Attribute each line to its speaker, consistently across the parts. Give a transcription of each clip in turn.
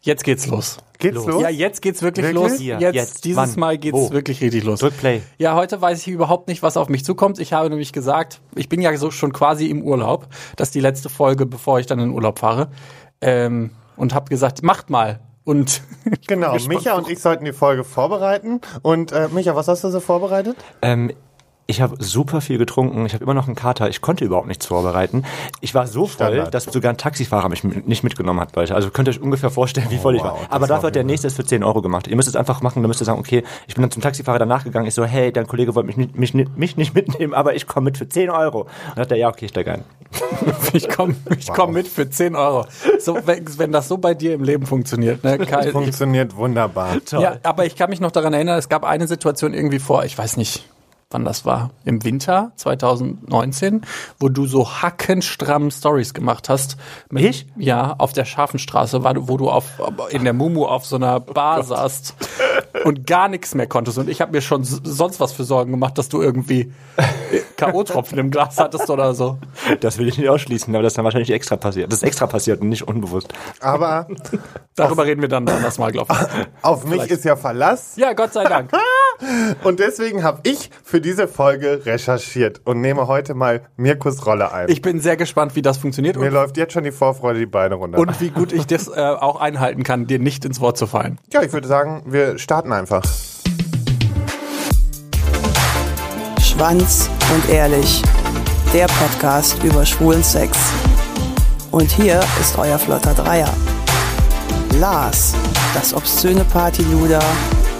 Speaker 1: Jetzt geht's los.
Speaker 2: Geht's
Speaker 3: Los.
Speaker 2: los?
Speaker 1: Ja, jetzt geht's wirklich,
Speaker 2: Wirklich?
Speaker 1: los.
Speaker 3: Hier,
Speaker 1: jetzt,
Speaker 3: jetzt.
Speaker 1: dieses
Speaker 3: Wann?
Speaker 1: Mal geht's
Speaker 3: Wo?
Speaker 1: wirklich richtig los.
Speaker 3: Rückplay.
Speaker 1: Ja, heute weiß ich überhaupt nicht, was auf mich zukommt. Ich habe nämlich gesagt, ich bin ja so schon quasi im Urlaub. Das ist die letzte Folge, bevor ich dann in den Urlaub fahre. Ähm, und habe gesagt, macht mal. Und
Speaker 2: genau, Micha und ich sollten die Folge vorbereiten. Und äh, Micha, was hast du so vorbereitet?
Speaker 3: Ähm, ich habe super viel getrunken. Ich habe immer noch einen Kater. Ich konnte überhaupt nichts vorbereiten. Ich war so voll,
Speaker 2: Standard.
Speaker 3: dass sogar ein Taxifahrer mich mit- nicht mitgenommen hat, Leute. Also könnt ihr euch ungefähr vorstellen, wie voll ich
Speaker 2: wow,
Speaker 3: war.
Speaker 2: das
Speaker 3: Aber
Speaker 2: war
Speaker 3: dafür hat der
Speaker 2: übel.
Speaker 3: nächste es für 10 Euro gemacht. Ihr müsst es einfach machen. Dann müsst ihr sagen, okay, ich bin dann zum Taxifahrer danach gegangen. Ich so, hey, dein Kollege wollte mich, nicht- mich, nicht- mich nicht mitnehmen, aber ich komme mit für 10 Euro. Und dann hat er, ja, okay, ich steig ein.
Speaker 1: ich komme ich komm mit für 10 Euro. So, wenn, wenn das so bei dir im Leben funktioniert, ne? Kai, ich,
Speaker 2: Funktioniert wunderbar.
Speaker 1: ja, aber ich kann mich noch daran erinnern, es gab eine Situation irgendwie vor, ich weiß nicht, wann das war, im Winter 2019, wo du so hackenstramm Stories gemacht hast. Mit,
Speaker 3: Ich?
Speaker 1: Ja, auf der scharfen Straße, war du- wo du auf, in der Mumu auf so einer Bar saßt und gar nichts mehr konntest. Und ich habe mir schon s- sonst was für Sorgen gemacht, dass du irgendwie K.O.-Tropfen im Glas hattest oder so.
Speaker 3: Das will ich nicht ausschließen, aber das ist dann wahrscheinlich extra passiert. Das ist extra passiert und nicht unbewusst.
Speaker 2: Aber
Speaker 1: Darüber reden wir dann ein anderes Mal, glaube ich.
Speaker 2: auf mich ist ja Verlass.
Speaker 1: Ja, Gott sei Dank.
Speaker 2: Und deswegen habe ich für diese Folge recherchiert und nehme heute mal Mirkus Rolle ein.
Speaker 1: Ich bin sehr gespannt, wie das funktioniert
Speaker 2: Mir
Speaker 1: und,
Speaker 2: läuft jetzt schon die Vorfreude die Beine runter.
Speaker 1: und wie gut ich das äh, auch einhalten kann, dir nicht ins Wort zu fallen.
Speaker 2: ja, ich würde sagen, wir starten einfach.
Speaker 4: Schwanz und ehrlich. Der Podcast über schwulen Sex. Und hier ist euer flotter Dreier. Lars, das obszöne Partyluder,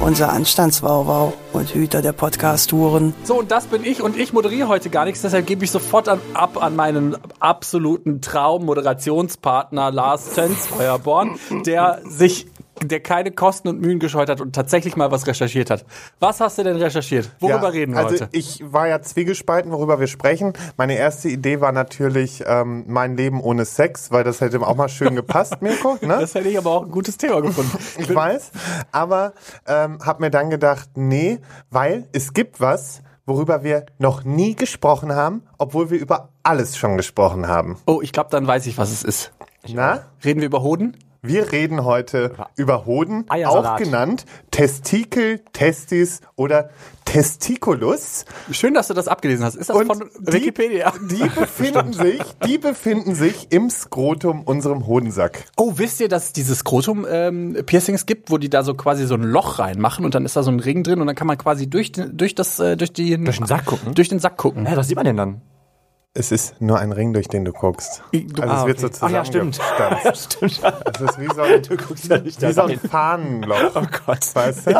Speaker 4: unser Anstandswauwau und Hüter der Podcast-Touren.
Speaker 1: So, und das bin ich und ich moderiere heute gar nichts, deshalb gebe ich sofort an, ab an meinen absoluten Traum-Moderationspartner Lars Tönz-Feuerborn, der sich, der keine Kosten und Mühen gescheut hat und tatsächlich mal was recherchiert hat. Was hast du denn recherchiert? Worüber
Speaker 2: ja,
Speaker 1: reden wir
Speaker 2: also
Speaker 1: heute?
Speaker 2: Ich war ja zwiegespalten, worüber wir sprechen. Meine erste Idee war natürlich ähm, mein Leben ohne Sex, weil das hätte auch mal schön gepasst, Mirko. Ne?
Speaker 1: Das hätte ich aber auch ein gutes Thema gefunden.
Speaker 2: Ich weiß. Aber ähm, habe mir dann gedacht, nee, weil es gibt was, worüber wir noch nie gesprochen haben, obwohl wir über alles schon gesprochen haben.
Speaker 1: Oh, ich glaube, dann weiß ich, was es ist.
Speaker 2: Na?
Speaker 1: Reden wir über Hoden?
Speaker 2: Wir reden heute über Hoden,
Speaker 3: Eiersalat.
Speaker 2: auch genannt Testikel, Testis oder Testiculus.
Speaker 1: Schön, dass du das abgelesen hast. Ist das
Speaker 2: Und
Speaker 1: von
Speaker 2: die-
Speaker 1: Wikipedia?
Speaker 2: Die befinden sich, die befinden sich im Skrotum, unserem Hodensack.
Speaker 1: Oh, wisst ihr, dass es diese Skrotum-Piercings gibt, wo die da so quasi so ein Loch reinmachen und dann ist da so ein Ring drin und dann kann man quasi durch, den- durch, das, äh, durch, die,
Speaker 3: Durch den Sack gucken?
Speaker 1: Durch den Sack gucken.
Speaker 3: Hä, was sieht man denn dann?
Speaker 2: Es ist nur ein Ring, durch den du guckst.
Speaker 1: Du-
Speaker 2: also es
Speaker 1: ah,
Speaker 2: wird so
Speaker 1: okay.
Speaker 3: Ach
Speaker 2: zusammen.
Speaker 3: ja, stimmt.
Speaker 2: gestanzt.
Speaker 3: stimmt.
Speaker 2: Es ist wie so ein,
Speaker 3: Du guckst ja nicht
Speaker 2: wie so ein
Speaker 3: da
Speaker 2: Fahnenloch.
Speaker 3: Oh Gott.
Speaker 2: Weißt du?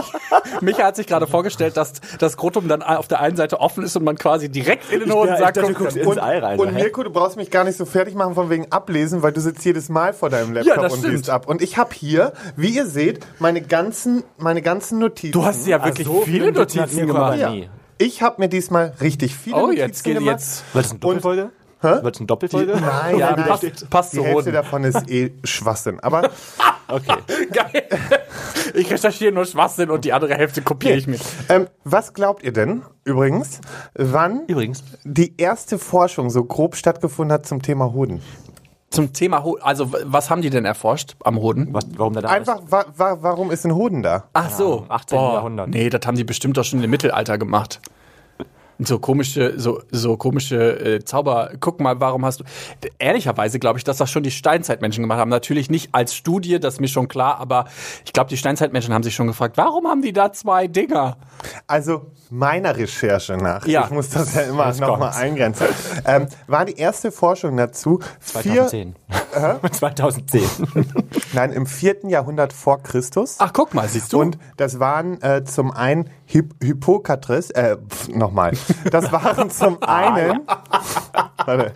Speaker 1: Micha hat sich gerade vorgestellt, dass das Skrotum dann auf der einen Seite offen ist und man quasi direkt in den Hodensack
Speaker 3: dachte, du
Speaker 1: gucken
Speaker 3: guckst
Speaker 1: kann.
Speaker 3: ins Ei rein.
Speaker 2: und
Speaker 3: Hä?
Speaker 2: Mirko, du brauchst mich gar nicht so fertig machen von wegen ablesen, weil du sitzt jedes Mal vor deinem Laptop
Speaker 1: Ja, das
Speaker 2: und
Speaker 1: stimmt.
Speaker 2: liest ab. Und ich habe hier, wie ihr seht, meine ganzen, meine ganzen Notizen.
Speaker 1: Du hast ja
Speaker 3: Ach,
Speaker 1: wirklich
Speaker 3: so
Speaker 1: viele
Speaker 3: viel Notizen
Speaker 1: Notizen
Speaker 3: hat Mirko
Speaker 1: gemacht.
Speaker 3: aber
Speaker 2: ja.
Speaker 3: nie.
Speaker 2: Ich habe mir diesmal richtig viele
Speaker 1: Oh,
Speaker 2: Notizen
Speaker 1: jetzt geht
Speaker 2: gemacht.
Speaker 1: jetzt.
Speaker 3: War das eine Doppelfolge? Hä? War das eine Doppelfolge?
Speaker 2: Nein,
Speaker 1: Ja,
Speaker 2: nein, nein.
Speaker 1: passt- passt
Speaker 2: die
Speaker 1: zu
Speaker 2: Hälfte
Speaker 1: Hoden.
Speaker 2: davon ist eh Schwachsinn. Aber
Speaker 3: Okay.
Speaker 1: Geil. Ich recherchiere nur Schwachsinn und die andere Hälfte kopiere ich mir.
Speaker 2: ähm, was glaubt ihr denn übrigens, wann
Speaker 3: Übrigens,
Speaker 2: die erste Forschung so grob stattgefunden hat zum Thema Hoden?
Speaker 1: Zum Thema Hoden, also w- was haben die denn erforscht am Hoden?
Speaker 3: was, warum der da
Speaker 2: Einfach, wa wa warum ist ein Hoden da?
Speaker 1: Ach so,
Speaker 3: Ahnung, 18.
Speaker 1: Boah,
Speaker 3: Jahrhundert.
Speaker 1: Nee, das haben die bestimmt doch schon im Mittelalter gemacht. So komische, so, so komische äh, Zauber. Guck mal, warum hast du. D- Ehrlicherweise glaube ich, dass das schon die Steinzeitmenschen gemacht haben. Natürlich nicht als Studie, das ist mir schon klar, aber ich glaube, die Steinzeitmenschen haben sich schon gefragt, warum haben die da zwei Dinger?
Speaker 2: Also meiner Recherche nach,
Speaker 1: Ja.
Speaker 2: ich muss das ja immer
Speaker 3: Jetzt
Speaker 2: nochmal
Speaker 3: kommt's.
Speaker 2: eingrenzen, ähm, war die erste Forschung dazu vier,
Speaker 3: 2010. 2010.
Speaker 2: nein, im vierten Jahrhundert vor Christus.
Speaker 1: Ach, guck mal, siehst du?
Speaker 2: Und das waren äh, zum einen Hy Hippokrates, äh, pf, nochmal, das waren zum
Speaker 1: Ah,
Speaker 2: einen, warte,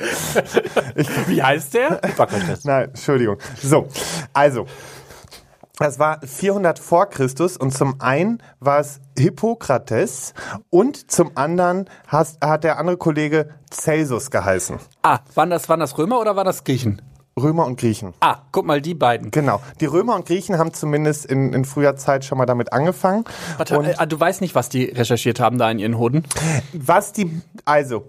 Speaker 1: Wie heißt der?
Speaker 3: War kein Test.
Speaker 2: nein, Entschuldigung, so, also, Das war 400 vor Christus und zum einen war es Hippokrates und zum anderen has- hat der andere Kollege Celsus geheißen.
Speaker 1: Ah, waren das, waren das Römer oder waren das Griechen?
Speaker 2: Römer und Griechen.
Speaker 1: Ah, guck mal, die beiden.
Speaker 2: Genau. Die Römer und Griechen haben zumindest in, in früher Zeit schon mal damit angefangen.
Speaker 1: Warte,
Speaker 2: und
Speaker 1: äh, ah, du weißt nicht, was die recherchiert haben da in ihren Hoden?
Speaker 2: was die, also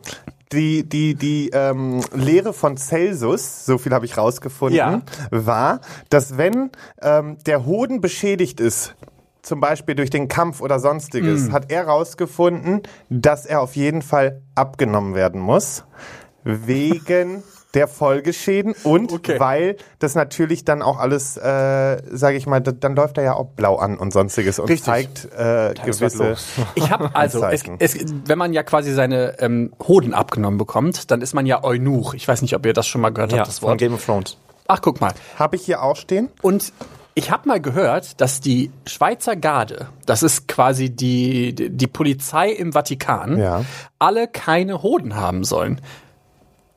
Speaker 2: die die die ähm, Lehre von Celsus, so viel habe ich rausgefunden,
Speaker 1: Ja.
Speaker 2: war, dass wenn ähm, der Hoden beschädigt ist, zum Beispiel durch den Kampf oder sonstiges, hat er rausgefunden, dass er auf jeden Fall abgenommen werden muss wegen der Folgeschäden und
Speaker 1: Okay.
Speaker 2: weil das natürlich dann auch alles, äh, sage ich mal, d- dann läuft er ja auch blau an und sonstiges und
Speaker 1: Richtig.
Speaker 2: zeigt äh,
Speaker 3: ist was
Speaker 2: gewisse.
Speaker 3: los.
Speaker 1: Ich habe also, es,
Speaker 2: Anzeichen.
Speaker 1: es, wenn man ja quasi seine ähm, Hoden abgenommen bekommt, dann ist man ja Eunuch. Ich weiß nicht, ob ihr das schon mal gehört habt, das
Speaker 3: von
Speaker 1: Wort.
Speaker 3: Game of Thrones.
Speaker 1: Ach, guck mal.
Speaker 2: Habe ich hier auch stehen?
Speaker 1: Und ich habe mal gehört, dass die Schweizer Garde, das ist quasi die, die die Polizei im Vatikan,
Speaker 2: Ja.
Speaker 1: alle keine Hoden haben sollen.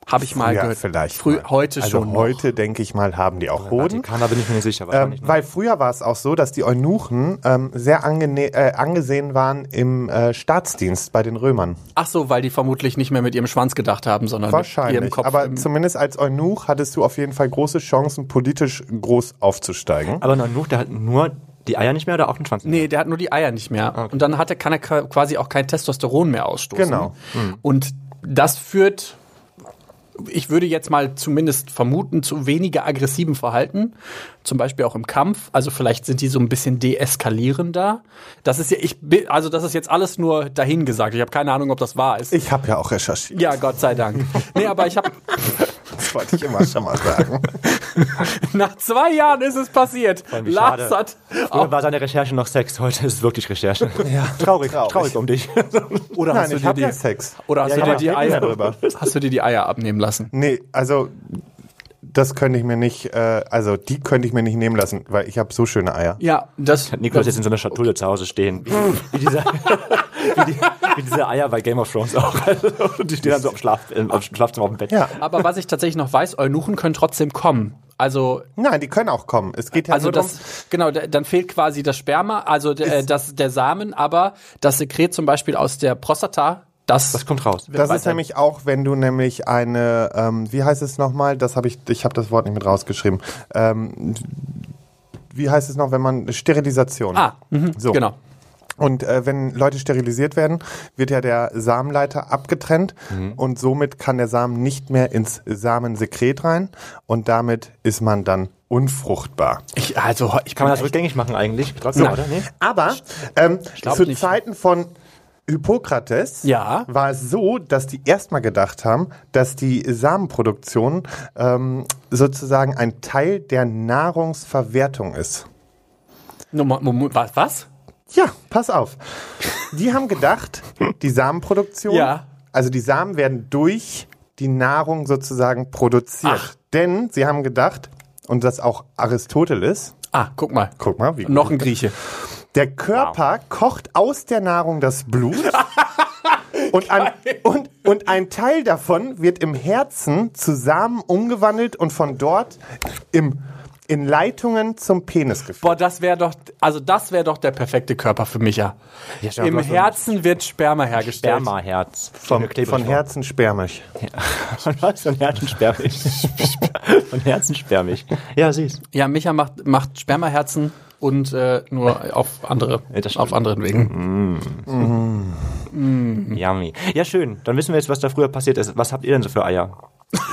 Speaker 1: Habe ich mal
Speaker 2: Ja,
Speaker 1: gehört.
Speaker 2: vielleicht.
Speaker 1: Früh,
Speaker 2: mal.
Speaker 1: heute
Speaker 2: also
Speaker 1: schon. noch.
Speaker 2: Heute, denke ich mal, haben die auch Hoden.
Speaker 3: Vatikan, da bin ich mir nicht sicher.
Speaker 2: Ähm,
Speaker 3: wahrscheinlich nicht.
Speaker 2: weil früher war es auch so, dass die Eunuchen ähm, sehr angene äh, angesehen waren im äh, Staatsdienst bei den Römern.
Speaker 1: Ach so, weil die vermutlich nicht mehr mit ihrem Schwanz gedacht haben, sondern mit ihrem
Speaker 2: Wahrscheinlich.
Speaker 1: Kopf.
Speaker 2: Aber
Speaker 1: im-
Speaker 2: zumindest als Eunuch hattest du auf jeden Fall große Chancen, politisch groß aufzusteigen.
Speaker 3: Aber ein Nuch, der hat nur die Eier nicht mehr oder auch einen Schwanz?
Speaker 1: Nee, der hat nur die Eier nicht mehr.
Speaker 3: Ah,
Speaker 1: Und dann hat er, kann er ka- quasi auch kein Testosteron mehr ausstoßen.
Speaker 2: Genau.
Speaker 3: Hm.
Speaker 1: Und das führt, ich würde jetzt mal zumindest vermuten, zu weniger aggressivem Verhalten. Zum Beispiel auch im Kampf. Also vielleicht sind die so ein bisschen deeskalierender. Das ist ja, ich bin, also das ist jetzt alles nur dahingesagt. Ich habe keine Ahnung, ob das wahr ist.
Speaker 2: Ich habe ja auch recherchiert,
Speaker 1: ja, Gott sei Dank. Nee, aber ich habe
Speaker 2: das wollte ich immer schon mal sagen.
Speaker 1: nach zwei Jahren ist es passiert.
Speaker 3: allem, wie
Speaker 1: Lars
Speaker 3: schade.
Speaker 1: hat
Speaker 3: Früher war seine Recherche noch Sex, heute ist es wirklich Recherche. traurig, traurig, um dich.
Speaker 1: oder hast
Speaker 2: Nein,
Speaker 1: du
Speaker 2: ich
Speaker 1: dir
Speaker 2: habe ja
Speaker 1: die
Speaker 2: Sex.
Speaker 1: oder hast
Speaker 3: Ja,
Speaker 1: du dir
Speaker 3: ja,
Speaker 1: die
Speaker 3: reden
Speaker 2: wir
Speaker 1: Eier
Speaker 2: drüber.
Speaker 1: hast du dir die Eier abnehmen lassen?
Speaker 2: Nee, also das könnte ich mir nicht, äh, also die könnte ich mir nicht nehmen lassen, weil ich habe so schöne Eier.
Speaker 1: Ja, das
Speaker 3: Nikolaus jetzt in so einer Schatulle zu Hause stehen. Wie, wie, dieser, wie, die, wie diese Eier bei Game of Thrones auch. Also, die stehen dann so am, Schlaf, im, am Schlafzimmer auf dem Bett.
Speaker 2: Ja.
Speaker 1: Aber was ich tatsächlich noch weiß, Eunuchen können trotzdem kommen. Also,
Speaker 2: Nein, die können auch kommen. Es geht ja
Speaker 1: also
Speaker 2: nur darum,
Speaker 1: das, genau, da- dann fehlt quasi das Sperma, also d- äh, das, der Samen, aber das Sekret zum Beispiel aus der Prostata, das,
Speaker 3: Das kommt raus.
Speaker 2: Das ist
Speaker 1: weiter.
Speaker 2: nämlich auch, wenn du nämlich eine, ähm, wie heißt es nochmal? Das habe ich, ich habe das Wort nicht mit rausgeschrieben. Ähm, wie heißt es noch, wenn man Sterilisation?
Speaker 1: Ah, mhm,
Speaker 2: so.
Speaker 1: genau.
Speaker 2: Und äh, wenn Leute sterilisiert werden, wird ja der Samenleiter abgetrennt
Speaker 1: Mhm.
Speaker 2: und somit kann der Samen nicht mehr ins Samensekret rein und damit ist man dann unfruchtbar.
Speaker 1: Ich, also, ich
Speaker 3: Kann man das rückgängig machen eigentlich? Trotzdem, oder? Nee?
Speaker 2: Aber ähm,
Speaker 1: glaub
Speaker 2: zu
Speaker 1: nicht.
Speaker 2: Zeiten von Hippokrates
Speaker 1: Ja.
Speaker 2: war es so, dass die erstmal gedacht haben, dass die Samenproduktion ähm, sozusagen ein Teil der Nahrungsverwertung ist.
Speaker 1: No, mo- mo- was? was?
Speaker 2: Ja, pass auf. Die haben gedacht, die Samenproduktion,
Speaker 1: Ja.
Speaker 2: also die Samen werden durch die Nahrung sozusagen produziert.
Speaker 1: Ach.
Speaker 2: Denn sie haben gedacht, und das auch Aristoteles,
Speaker 1: Ah, guck mal.
Speaker 2: guck mal, wie
Speaker 1: Noch ein Grieche.
Speaker 2: Der Körper kocht aus der Nahrung das Blut. Und ein, und, und ein Teil davon wird im Herzen zu Samen umgewandelt und von dort im, in Leitungen zum Penis geführt.
Speaker 1: Boah, das wäre doch, also das wäre doch der perfekte Körper für mich, ja.
Speaker 3: stell dir
Speaker 1: Im
Speaker 3: mal vor,
Speaker 1: Herzen wird Sperma hergestellt.
Speaker 3: Spermaherz.
Speaker 2: Vom, von Herzen spermig.
Speaker 3: Von was? Von Herzen spermig. von Herzen spermig. Ja, süß.
Speaker 1: Ja, Micha macht, macht Spermaherzen und äh, nur auf andere,
Speaker 3: das stimmt.
Speaker 1: auf anderen Wegen.
Speaker 3: Yummy. Ja, schön. Dann wissen wir jetzt, was da früher passiert ist. Was habt ihr denn so für Eier?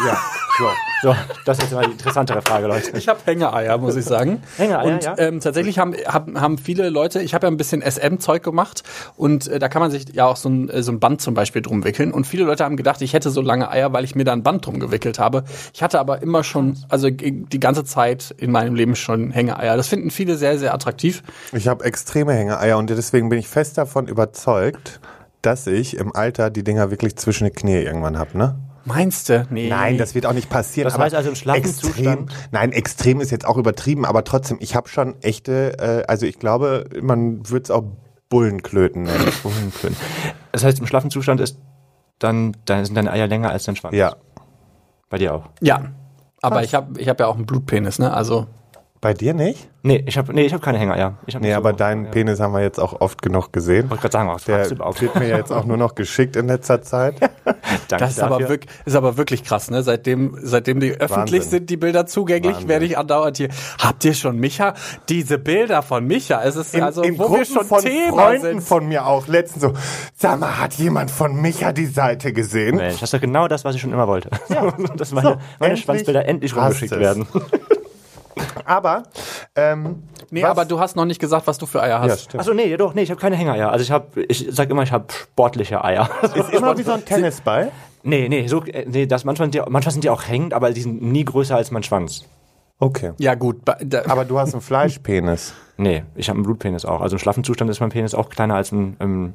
Speaker 2: Ja, so.
Speaker 3: So, das ist jetzt mal die interessantere Frage, Leute.
Speaker 1: Ich habe Hängeeier, muss ich sagen.
Speaker 3: Hängeeier,
Speaker 1: und
Speaker 3: ja.
Speaker 1: ähm, tatsächlich haben, haben, haben viele Leute, ich habe ja ein bisschen SM-Zeug gemacht und äh, da kann man sich ja auch so ein, äh, so ein Band zum Beispiel drum wickeln. Und viele Leute haben gedacht, ich hätte so lange Eier, weil ich mir da ein Band drum gewickelt habe. Ich hatte aber immer schon, also g- die ganze Zeit in meinem Leben schon Hängeeier. Das finden viele sehr, sehr attraktiv.
Speaker 2: Ich habe extreme Hängeeier und deswegen bin ich fest davon überzeugt, dass ich im Alter die Dinger wirklich zwischen die Knie irgendwann hab, ne?
Speaker 1: Meinst du? Nee.
Speaker 2: Nein, das wird auch nicht passieren.
Speaker 3: Das
Speaker 2: aber
Speaker 3: heißt also im schlaffen
Speaker 2: extrem,
Speaker 3: Zustand?
Speaker 2: Nein, extrem ist jetzt auch übertrieben, aber trotzdem, ich habe schon echte, äh, also ich glaube, man würde es auch Bullenklöten nennen.
Speaker 3: Das heißt, im schlaffen Zustand ist dann, dann sind deine Eier länger als dein Schwanz.
Speaker 2: ja.
Speaker 3: Bei dir auch.
Speaker 1: Ja. Aber ich habe ich hab ja auch einen Blutpenis, ne? Also
Speaker 2: Bei dir nicht?
Speaker 3: Nee, ich habe nee, ich hab keine Hänger, ja. Ich hab
Speaker 2: Nee,
Speaker 3: nicht so-
Speaker 2: aber deinen
Speaker 3: ja.
Speaker 2: Penis haben wir jetzt auch oft genug gesehen.
Speaker 3: Wollte gerade sagen, was
Speaker 2: Der
Speaker 3: fragst du überhaupt?
Speaker 2: wird mir jetzt auch nur noch geschickt in letzter Zeit.
Speaker 3: Danke
Speaker 1: Das ist aber,
Speaker 3: dafür.
Speaker 1: wirk, ist aber wirklich krass, ne? Seitdem, seitdem die öffentlich
Speaker 2: Wahnsinn.
Speaker 1: sind, die Bilder zugänglich,
Speaker 2: Wahnsinn.
Speaker 1: werde ich andauernd hier. Habt ihr schon Micha? Diese Bilder von Micha, es ist
Speaker 2: Im,
Speaker 1: also,
Speaker 2: im
Speaker 1: wo
Speaker 2: Gruppen
Speaker 1: wir schon
Speaker 2: von
Speaker 1: Thema
Speaker 2: Freunden
Speaker 1: sind.
Speaker 2: von mir auch letztens so, sag mal, hat jemand von Micha die Seite gesehen?
Speaker 3: Mensch, das ist doch genau das, was ich schon immer wollte. Dass meine, meine
Speaker 2: endlich
Speaker 3: Schwanzbilder endlich
Speaker 2: hast
Speaker 3: rumgeschickt
Speaker 2: es.
Speaker 3: werden.
Speaker 2: Aber, ähm,
Speaker 1: nee,
Speaker 2: was-
Speaker 1: aber du hast noch nicht gesagt, was du für Eier
Speaker 2: ja,
Speaker 1: hast.
Speaker 2: stimmt.
Speaker 3: Achso, nee, ja doch, nee, ich habe keine Hänger, ja. Also ich habe, ich sag immer, ich habe sportliche Eier.
Speaker 2: ist immer wie so ein Tennisball.
Speaker 3: nee, nee, so, äh, nee, das, manchmal, sind die, manchmal sind die auch hängend, aber die sind nie größer als mein Schwanz.
Speaker 2: Okay.
Speaker 1: ja, gut. ba- Da,
Speaker 2: Aber du hast einen Fleischpenis.
Speaker 3: Nee, ich habe einen Blutpenis auch. Also im schlaffen Zustand ist mein Penis auch kleiner als im, im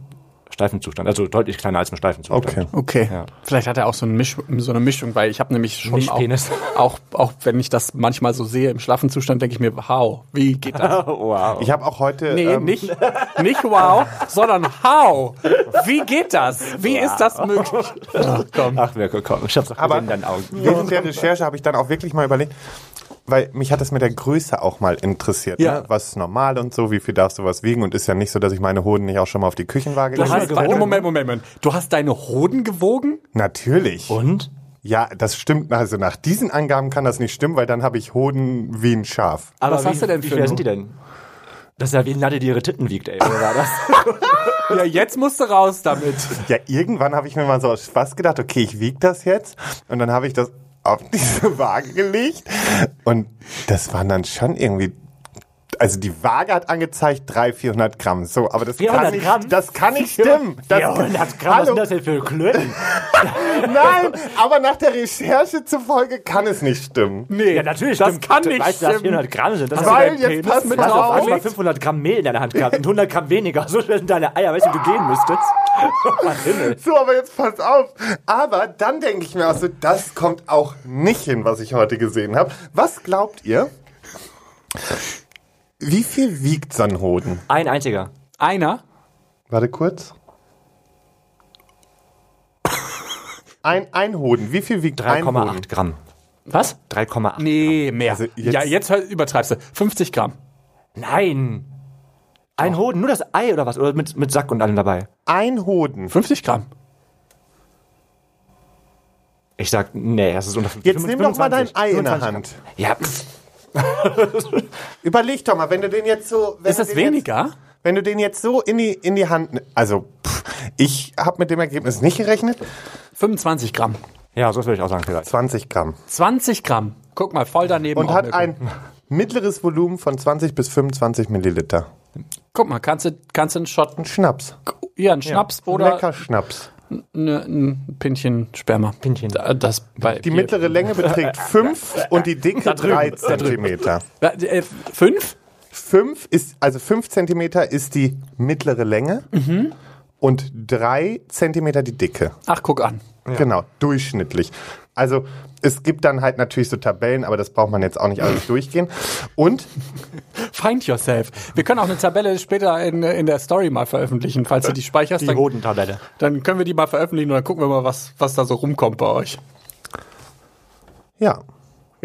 Speaker 3: steifen Zustand. Also deutlich kleiner als im steifen Zustand.
Speaker 2: Okay.
Speaker 1: okay.
Speaker 3: Ja.
Speaker 1: Vielleicht hat er auch so eine, Misch, so eine Mischung, weil ich habe nämlich schon auch,
Speaker 3: Mischpenis.
Speaker 1: auch, auch wenn ich das manchmal so sehe im schlaffen Zustand, denke ich mir, wow, wie geht das?
Speaker 3: Wow.
Speaker 2: Ich habe auch heute.
Speaker 1: Nee,
Speaker 2: ähm,
Speaker 1: nicht, nicht wow, sondern how. Wie geht das? Wie ist das möglich? Ach, komm.
Speaker 3: Ach, wer komm, ich hab's auch
Speaker 2: Aber
Speaker 3: gesehen in deinen Augen.
Speaker 2: während der Recherche habe ich dann auch wirklich mal überlegt, weil mich hat das mit der Größe auch mal interessiert.
Speaker 1: Ja.
Speaker 2: Ne? Was ist normal und so, wie viel darf sowas wiegen? Und ist ja nicht so, dass ich meine Hoden nicht auch schon mal auf die Küchenwaage
Speaker 1: Du hast
Speaker 2: gelegt
Speaker 1: deine,
Speaker 2: hätte.
Speaker 1: Moment, Moment, Moment. Du hast deine Hoden gewogen?
Speaker 2: Natürlich.
Speaker 3: Und?
Speaker 2: Ja, das stimmt. Also nach diesen Angaben kann das nicht stimmen, weil dann habe ich Hoden wie ein Schaf.
Speaker 3: Aber
Speaker 1: Was
Speaker 3: wie,
Speaker 1: hast du denn
Speaker 3: wie
Speaker 1: für
Speaker 3: schwer
Speaker 1: einen?
Speaker 3: sind die denn? Das ist ja wie Nadel, die ihre Titten wiegt, ey. Oder war das?
Speaker 1: Ja, jetzt musst du raus damit.
Speaker 2: Ja, irgendwann habe ich mir mal so aus Spaß gedacht, okay, ich wiege das jetzt. Und dann habe ich das auf diese Waage gelegt. Und das waren dann schon irgendwie. Also die Waage hat angezeigt 300, 400 Gramm. So, aber das kann
Speaker 3: 400
Speaker 2: nicht,
Speaker 3: Gramm?
Speaker 2: das kann nicht stimmen. Das,
Speaker 3: 400 Gramm, was
Speaker 2: Hallo,
Speaker 3: sind das denn für Klöten?
Speaker 2: Nein, aber nach der Recherche zufolge kann es nicht stimmen.
Speaker 1: Nee,
Speaker 3: Ja, natürlich.
Speaker 1: das
Speaker 3: stimmt.
Speaker 1: kann
Speaker 3: Du
Speaker 1: nicht
Speaker 3: Weißt du, dass
Speaker 1: stimmen.
Speaker 3: 400 Gramm sind? Das ist
Speaker 2: Weil
Speaker 3: ja
Speaker 1: dein
Speaker 2: jetzt
Speaker 1: Penis
Speaker 2: passt
Speaker 1: mit
Speaker 2: mit
Speaker 3: Du hast auf einmal
Speaker 2: drauf.
Speaker 3: 500 Gramm Mehl in deiner Hand gehabt und 100 Gramm weniger. So schwer sind deine Eier, weißt du, wie du gehen müsstest. Mein Himmel.
Speaker 2: So, aber jetzt pass auf. Aber dann denke ich mir auch so, das kommt auch nicht hin, was ich heute gesehen habe. Was glaubt ihr? Wie viel wiegt so ein Hoden?
Speaker 3: Ein einziger.
Speaker 1: Einer?
Speaker 2: Warte kurz. Ein, ein Hoden. Wie viel wiegt ein Hoden?
Speaker 3: 3,8 Gramm.
Speaker 1: Was?
Speaker 3: 3,8.
Speaker 1: Nee, mehr.
Speaker 2: Also jetzt-
Speaker 1: ja, jetzt hör- übertreibst du. 50 Gramm.
Speaker 3: Nein. Ein Hoden, nur das Ei oder was? Oder mit, mit Sack und allem dabei?
Speaker 2: Ein Hoden.
Speaker 1: 50 Gramm.
Speaker 3: Ich sag, nee, das ist unter
Speaker 2: Jetzt nimm doch mal dein Ei in der
Speaker 3: 25.
Speaker 2: Hand.
Speaker 3: Ja, pff,
Speaker 2: Überleg doch mal, wenn du den jetzt so... wenn
Speaker 1: Ist
Speaker 2: du
Speaker 1: das
Speaker 2: den jetzt-
Speaker 1: weniger?
Speaker 2: Wenn du den jetzt so in die, in die Hand... ni- Also, pff, ich habe mit dem Ergebnis nicht gerechnet.
Speaker 1: 25 Gramm.
Speaker 3: ja, so würde ich auch sagen vielleicht.
Speaker 2: 20 Gramm.
Speaker 1: 20 Gramm. Guck mal, voll daneben.
Speaker 2: Und
Speaker 1: auch
Speaker 2: hat
Speaker 1: Mirko.
Speaker 2: ein mittleres Volumen von 20 bis 25 Milliliter.
Speaker 1: Guck mal, kannst du, kannst du einen Shot,
Speaker 2: Ein Schnaps.
Speaker 1: ja, einen Schnaps
Speaker 2: Lecker
Speaker 1: oder
Speaker 2: Schnaps.
Speaker 1: ne, ein Pintchen Sperma.
Speaker 3: Pintchen.
Speaker 1: Da- Das bei
Speaker 2: Die mittlere Länge beträgt 5 und die Dicke 3 Zentimeter.
Speaker 1: Äh, fünf?
Speaker 2: 5 ist, also 5 Zentimeter ist die mittlere Länge und 3 Zentimeter die Dicke.
Speaker 1: Ach, guck an.
Speaker 2: Genau, durchschnittlich. Also es gibt dann halt natürlich so Tabellen, aber das braucht man jetzt auch nicht alles durchgehen. Und
Speaker 1: Find yourself. Wir können auch eine Tabelle später in, in der Story mal veröffentlichen, falls du die speicherst.
Speaker 3: Die
Speaker 1: dann-
Speaker 3: Hodentabelle.
Speaker 1: Dann können wir die mal veröffentlichen und dann gucken wir mal, was, was da so rumkommt bei euch.
Speaker 2: ja,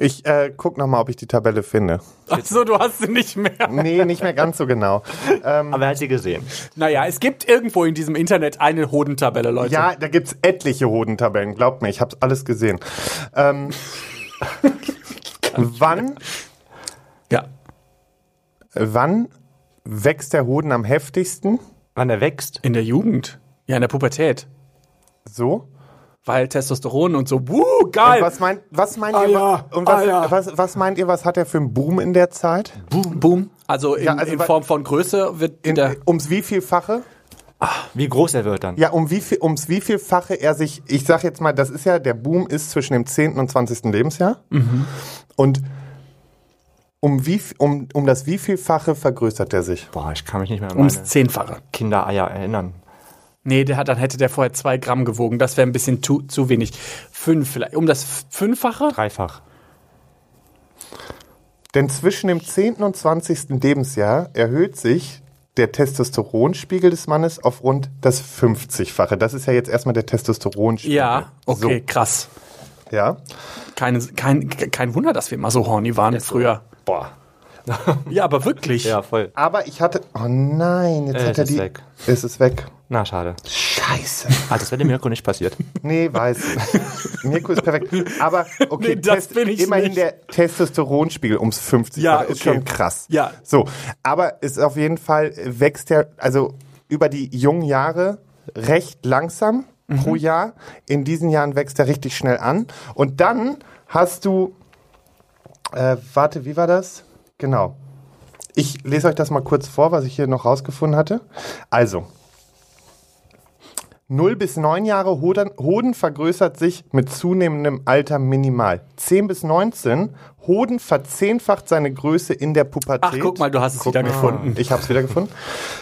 Speaker 2: ich äh, guck nochmal, ob ich die Tabelle finde.
Speaker 1: Achso, Also, du hast sie nicht mehr.
Speaker 2: Nee, nicht mehr ganz so genau.
Speaker 3: Aber er hat sie gesehen.
Speaker 1: Naja, es gibt irgendwo in diesem Internet eine Hodentabelle, Leute.
Speaker 2: Ja, da gibt's etliche Hodentabellen, glaubt mir, ich hab's alles gesehen. Ähm, wann,
Speaker 1: ja.
Speaker 2: wann wächst der Hoden am heftigsten?
Speaker 3: Wann er wächst?
Speaker 1: In der Jugend. Ja, in der Pubertät.
Speaker 2: So.
Speaker 1: Weil Testosteron und so, wuh, geil.
Speaker 2: Was meint, was meint
Speaker 1: Ah
Speaker 2: ihr,
Speaker 1: ja,
Speaker 2: und was,
Speaker 1: ah ja.
Speaker 2: was, was meint ihr, was hat er für einen Boom in der Zeit?
Speaker 1: boom, boom. Also in,
Speaker 2: Ja, also
Speaker 1: in
Speaker 2: bei-
Speaker 1: Form von Größe wird in,
Speaker 2: In,
Speaker 1: der.
Speaker 2: ums wie vielfache?
Speaker 3: Wie groß er wird dann?
Speaker 2: Ja, um wie viel, ums wie vielfache er sich, ich sag jetzt mal, das ist ja, der Boom ist zwischen dem 10. und 20. Lebensjahr.
Speaker 1: Mhm.
Speaker 2: Und um, wie, viel- um, um das wie vielfache vergrößert er sich?
Speaker 3: Boah, ich kann mich nicht mehr an
Speaker 1: Ums
Speaker 3: meine
Speaker 1: Zehnfache.
Speaker 3: Kindereier erinnern.
Speaker 1: Nee, der hat, dann hätte der vorher zwei Gramm gewogen. Das wäre ein bisschen zu, zu wenig. Fünf vielleicht. Um das Fünffache?
Speaker 3: Dreifach.
Speaker 2: Denn zwischen dem 10. und 20. Lebensjahr erhöht sich der Testosteronspiegel des Mannes auf rund das 50-fache. Das ist ja jetzt erstmal der Testosteronspiegel.
Speaker 1: Ja, okay, krass.
Speaker 2: So, ja.
Speaker 1: Keine, kein, kein Wunder, dass wir immer so horny waren früher.
Speaker 3: Boah.
Speaker 1: Ja, aber wirklich.
Speaker 3: Ja, voll.
Speaker 2: Aber ich hatte. Oh nein, jetzt
Speaker 3: Äh,
Speaker 2: hat
Speaker 3: es
Speaker 2: er
Speaker 3: ist
Speaker 2: die.
Speaker 3: weg.
Speaker 2: Es ist weg.
Speaker 3: Na, schade.
Speaker 2: Scheiße.
Speaker 3: Ah, das wäre dem Mirko nicht passiert.
Speaker 2: Nee, weiß ich. Mirko ist perfekt. Aber okay,
Speaker 1: Nee, das bin ich
Speaker 2: immerhin
Speaker 1: nicht.
Speaker 2: der Testosteronspiegel ums 50
Speaker 1: Ja,
Speaker 2: ist
Speaker 1: okay.
Speaker 2: schon krass.
Speaker 1: Ja.
Speaker 2: So, aber ist auf jeden Fall wächst der also über die jungen Jahre recht langsam
Speaker 1: Mhm.
Speaker 2: pro Jahr. In diesen Jahren wächst er richtig schnell an und dann hast du äh, warte, wie war das? Genau. Ich lese euch das mal kurz vor, was ich hier noch rausgefunden hatte. Also, 0 bis 9 Jahre Hoden, Hoden vergrößert sich mit zunehmendem Alter minimal. 10 bis 19, Hoden verzehnfacht seine Größe in der Pubertät.
Speaker 1: Ach, guck mal, du hast es wieder gefunden.
Speaker 2: Ich habe es wieder gefunden.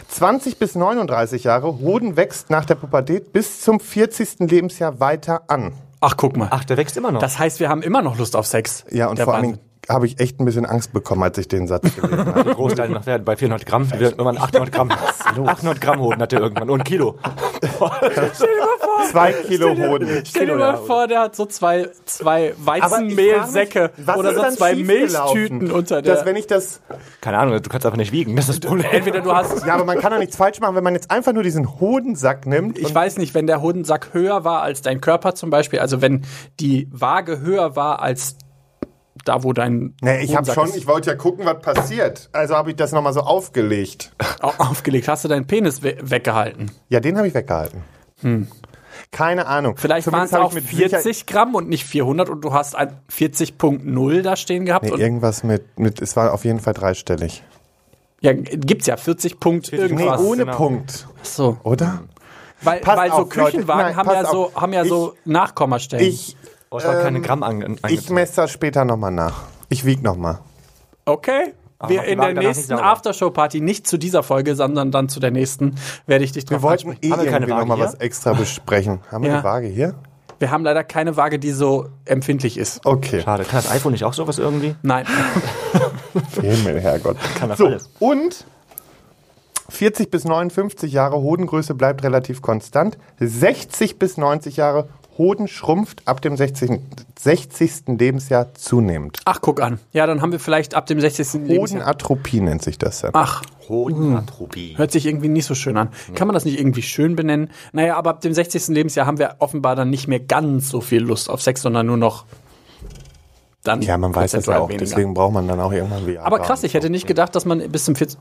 Speaker 2: 20 bis 39 Jahre, Hoden wächst nach der Pubertät bis zum 40. Lebensjahr weiter an.
Speaker 1: Ach, guck mal.
Speaker 3: Ach, der wächst immer noch.
Speaker 1: Das heißt, wir haben immer noch Lust auf Sex.
Speaker 2: Ja, und
Speaker 1: Der
Speaker 2: vor allen
Speaker 1: Wahnsinn.
Speaker 2: Dingen habe ich echt ein bisschen Angst bekommen, als ich den Satz gelesen habe.
Speaker 3: Wie groß deine noch werden? Bei 400 Gramm? Wir werden irgendwann 800 Gramm. 800 Gramm Hoden hat er irgendwann. Und ein Kilo.
Speaker 1: Stell dir mal vor,
Speaker 2: Zwei Kilo Hoden.
Speaker 1: Stell dir mal vor, der hat so zwei, zwei Weizenmehlsäcke
Speaker 2: Aber ich frag mich, was
Speaker 1: oder
Speaker 2: ist
Speaker 1: so
Speaker 2: dann
Speaker 1: zwei
Speaker 2: schiefgelaufen?
Speaker 1: Milchtüten unter
Speaker 2: Dass
Speaker 1: der.
Speaker 2: wenn ich das,
Speaker 3: Keine Ahnung, du kannst einfach nicht wiegen. Das ist das Problem.
Speaker 1: Entweder du hast,
Speaker 2: ja, aber man kann doch nichts falsch machen, wenn man jetzt einfach nur diesen Hodensack nimmt.
Speaker 1: ich weiß nicht, wenn der Hodensack höher war als dein Körper zum Beispiel, also wenn die Waage höher war als da, wo dein
Speaker 2: Nee, ich habe
Speaker 1: Hodensack
Speaker 2: schon,
Speaker 1: ist,
Speaker 2: ich wollte ja gucken, was passiert. Also habe ich das nochmal so aufgelegt.
Speaker 1: au- aufgelegt, hast du deinen Penis we weggehalten.
Speaker 2: Ja, den habe ich weggehalten. Keine Ahnung.
Speaker 1: Vielleicht waren es
Speaker 2: Zumindest hab
Speaker 1: auch
Speaker 2: ich mit Sicherheit-
Speaker 1: 40 Gramm und nicht 400 und du hast ein 40.0 da stehen gehabt.
Speaker 2: Nee,
Speaker 1: und,
Speaker 2: irgendwas mit, mit, es war auf jeden Fall dreistellig.
Speaker 1: ja, gibt's ja 40 Punkt
Speaker 2: Nee,
Speaker 1: irgendwas.
Speaker 2: ohne
Speaker 3: genau.
Speaker 2: Punkt,
Speaker 1: so.
Speaker 2: oder?
Speaker 1: Weil,
Speaker 2: Passt
Speaker 1: weil so
Speaker 2: auf, Leute.
Speaker 1: Küchenwagen
Speaker 2: Nein,
Speaker 1: haben,
Speaker 2: passt
Speaker 1: ja so,
Speaker 2: auf.
Speaker 1: haben ja so Nachkommastellen.
Speaker 2: Ich,
Speaker 3: Oh, es waren keine Gramm an, an,
Speaker 2: ich messe das später nochmal nach. Ich wieg nochmal.
Speaker 1: okay. Wir
Speaker 2: Ah,
Speaker 3: mach die
Speaker 1: in
Speaker 3: Waage
Speaker 1: der
Speaker 3: danach nicht
Speaker 1: nächsten
Speaker 3: sauber.
Speaker 1: Aftershow-Party, nicht zu dieser Folge, sondern dann zu der nächsten, werde ich dich
Speaker 2: Wir
Speaker 1: drauf
Speaker 2: wollten eh
Speaker 3: Haben wir keine
Speaker 2: irgendwie
Speaker 3: Waage
Speaker 2: nochmal
Speaker 3: hier?
Speaker 2: was extra besprechen. Haben wir
Speaker 1: Ja.
Speaker 2: eine Waage hier?
Speaker 1: ansprechen. Wir haben leider keine Waage, die so empfindlich ist.
Speaker 2: Okay.
Speaker 3: Schade. Kann das iPhone nicht auch sowas irgendwie?
Speaker 1: Nein.
Speaker 2: Himmel, Herrgott.
Speaker 3: Kann das
Speaker 2: So,
Speaker 3: alles.
Speaker 2: und 40 bis 59 Jahre Hodengröße bleibt relativ konstant. 60 bis 90 Jahre Hoden schrumpft ab dem 60. 60. Lebensjahr zunehmend.
Speaker 1: Ach, guck an. Ja, dann haben wir vielleicht ab dem 60. Lebensjahr. Ah,
Speaker 2: Hodenatropie nennt sich das dann.
Speaker 1: Ach,
Speaker 3: Hodenatropie.
Speaker 1: hört sich irgendwie nicht so schön an. Kann man das nicht irgendwie schön benennen? Naja, aber ab dem 60. Lebensjahr haben wir offenbar dann nicht mehr ganz so viel Lust auf Sex, sondern nur noch dann.
Speaker 2: Ja, man weiß das ja
Speaker 1: prozentual
Speaker 2: auch,
Speaker 1: weniger.
Speaker 2: deswegen braucht man dann auch irgendwann Viagra.
Speaker 1: Aber krass, ich hätte nicht gedacht, dass man bis zum 40.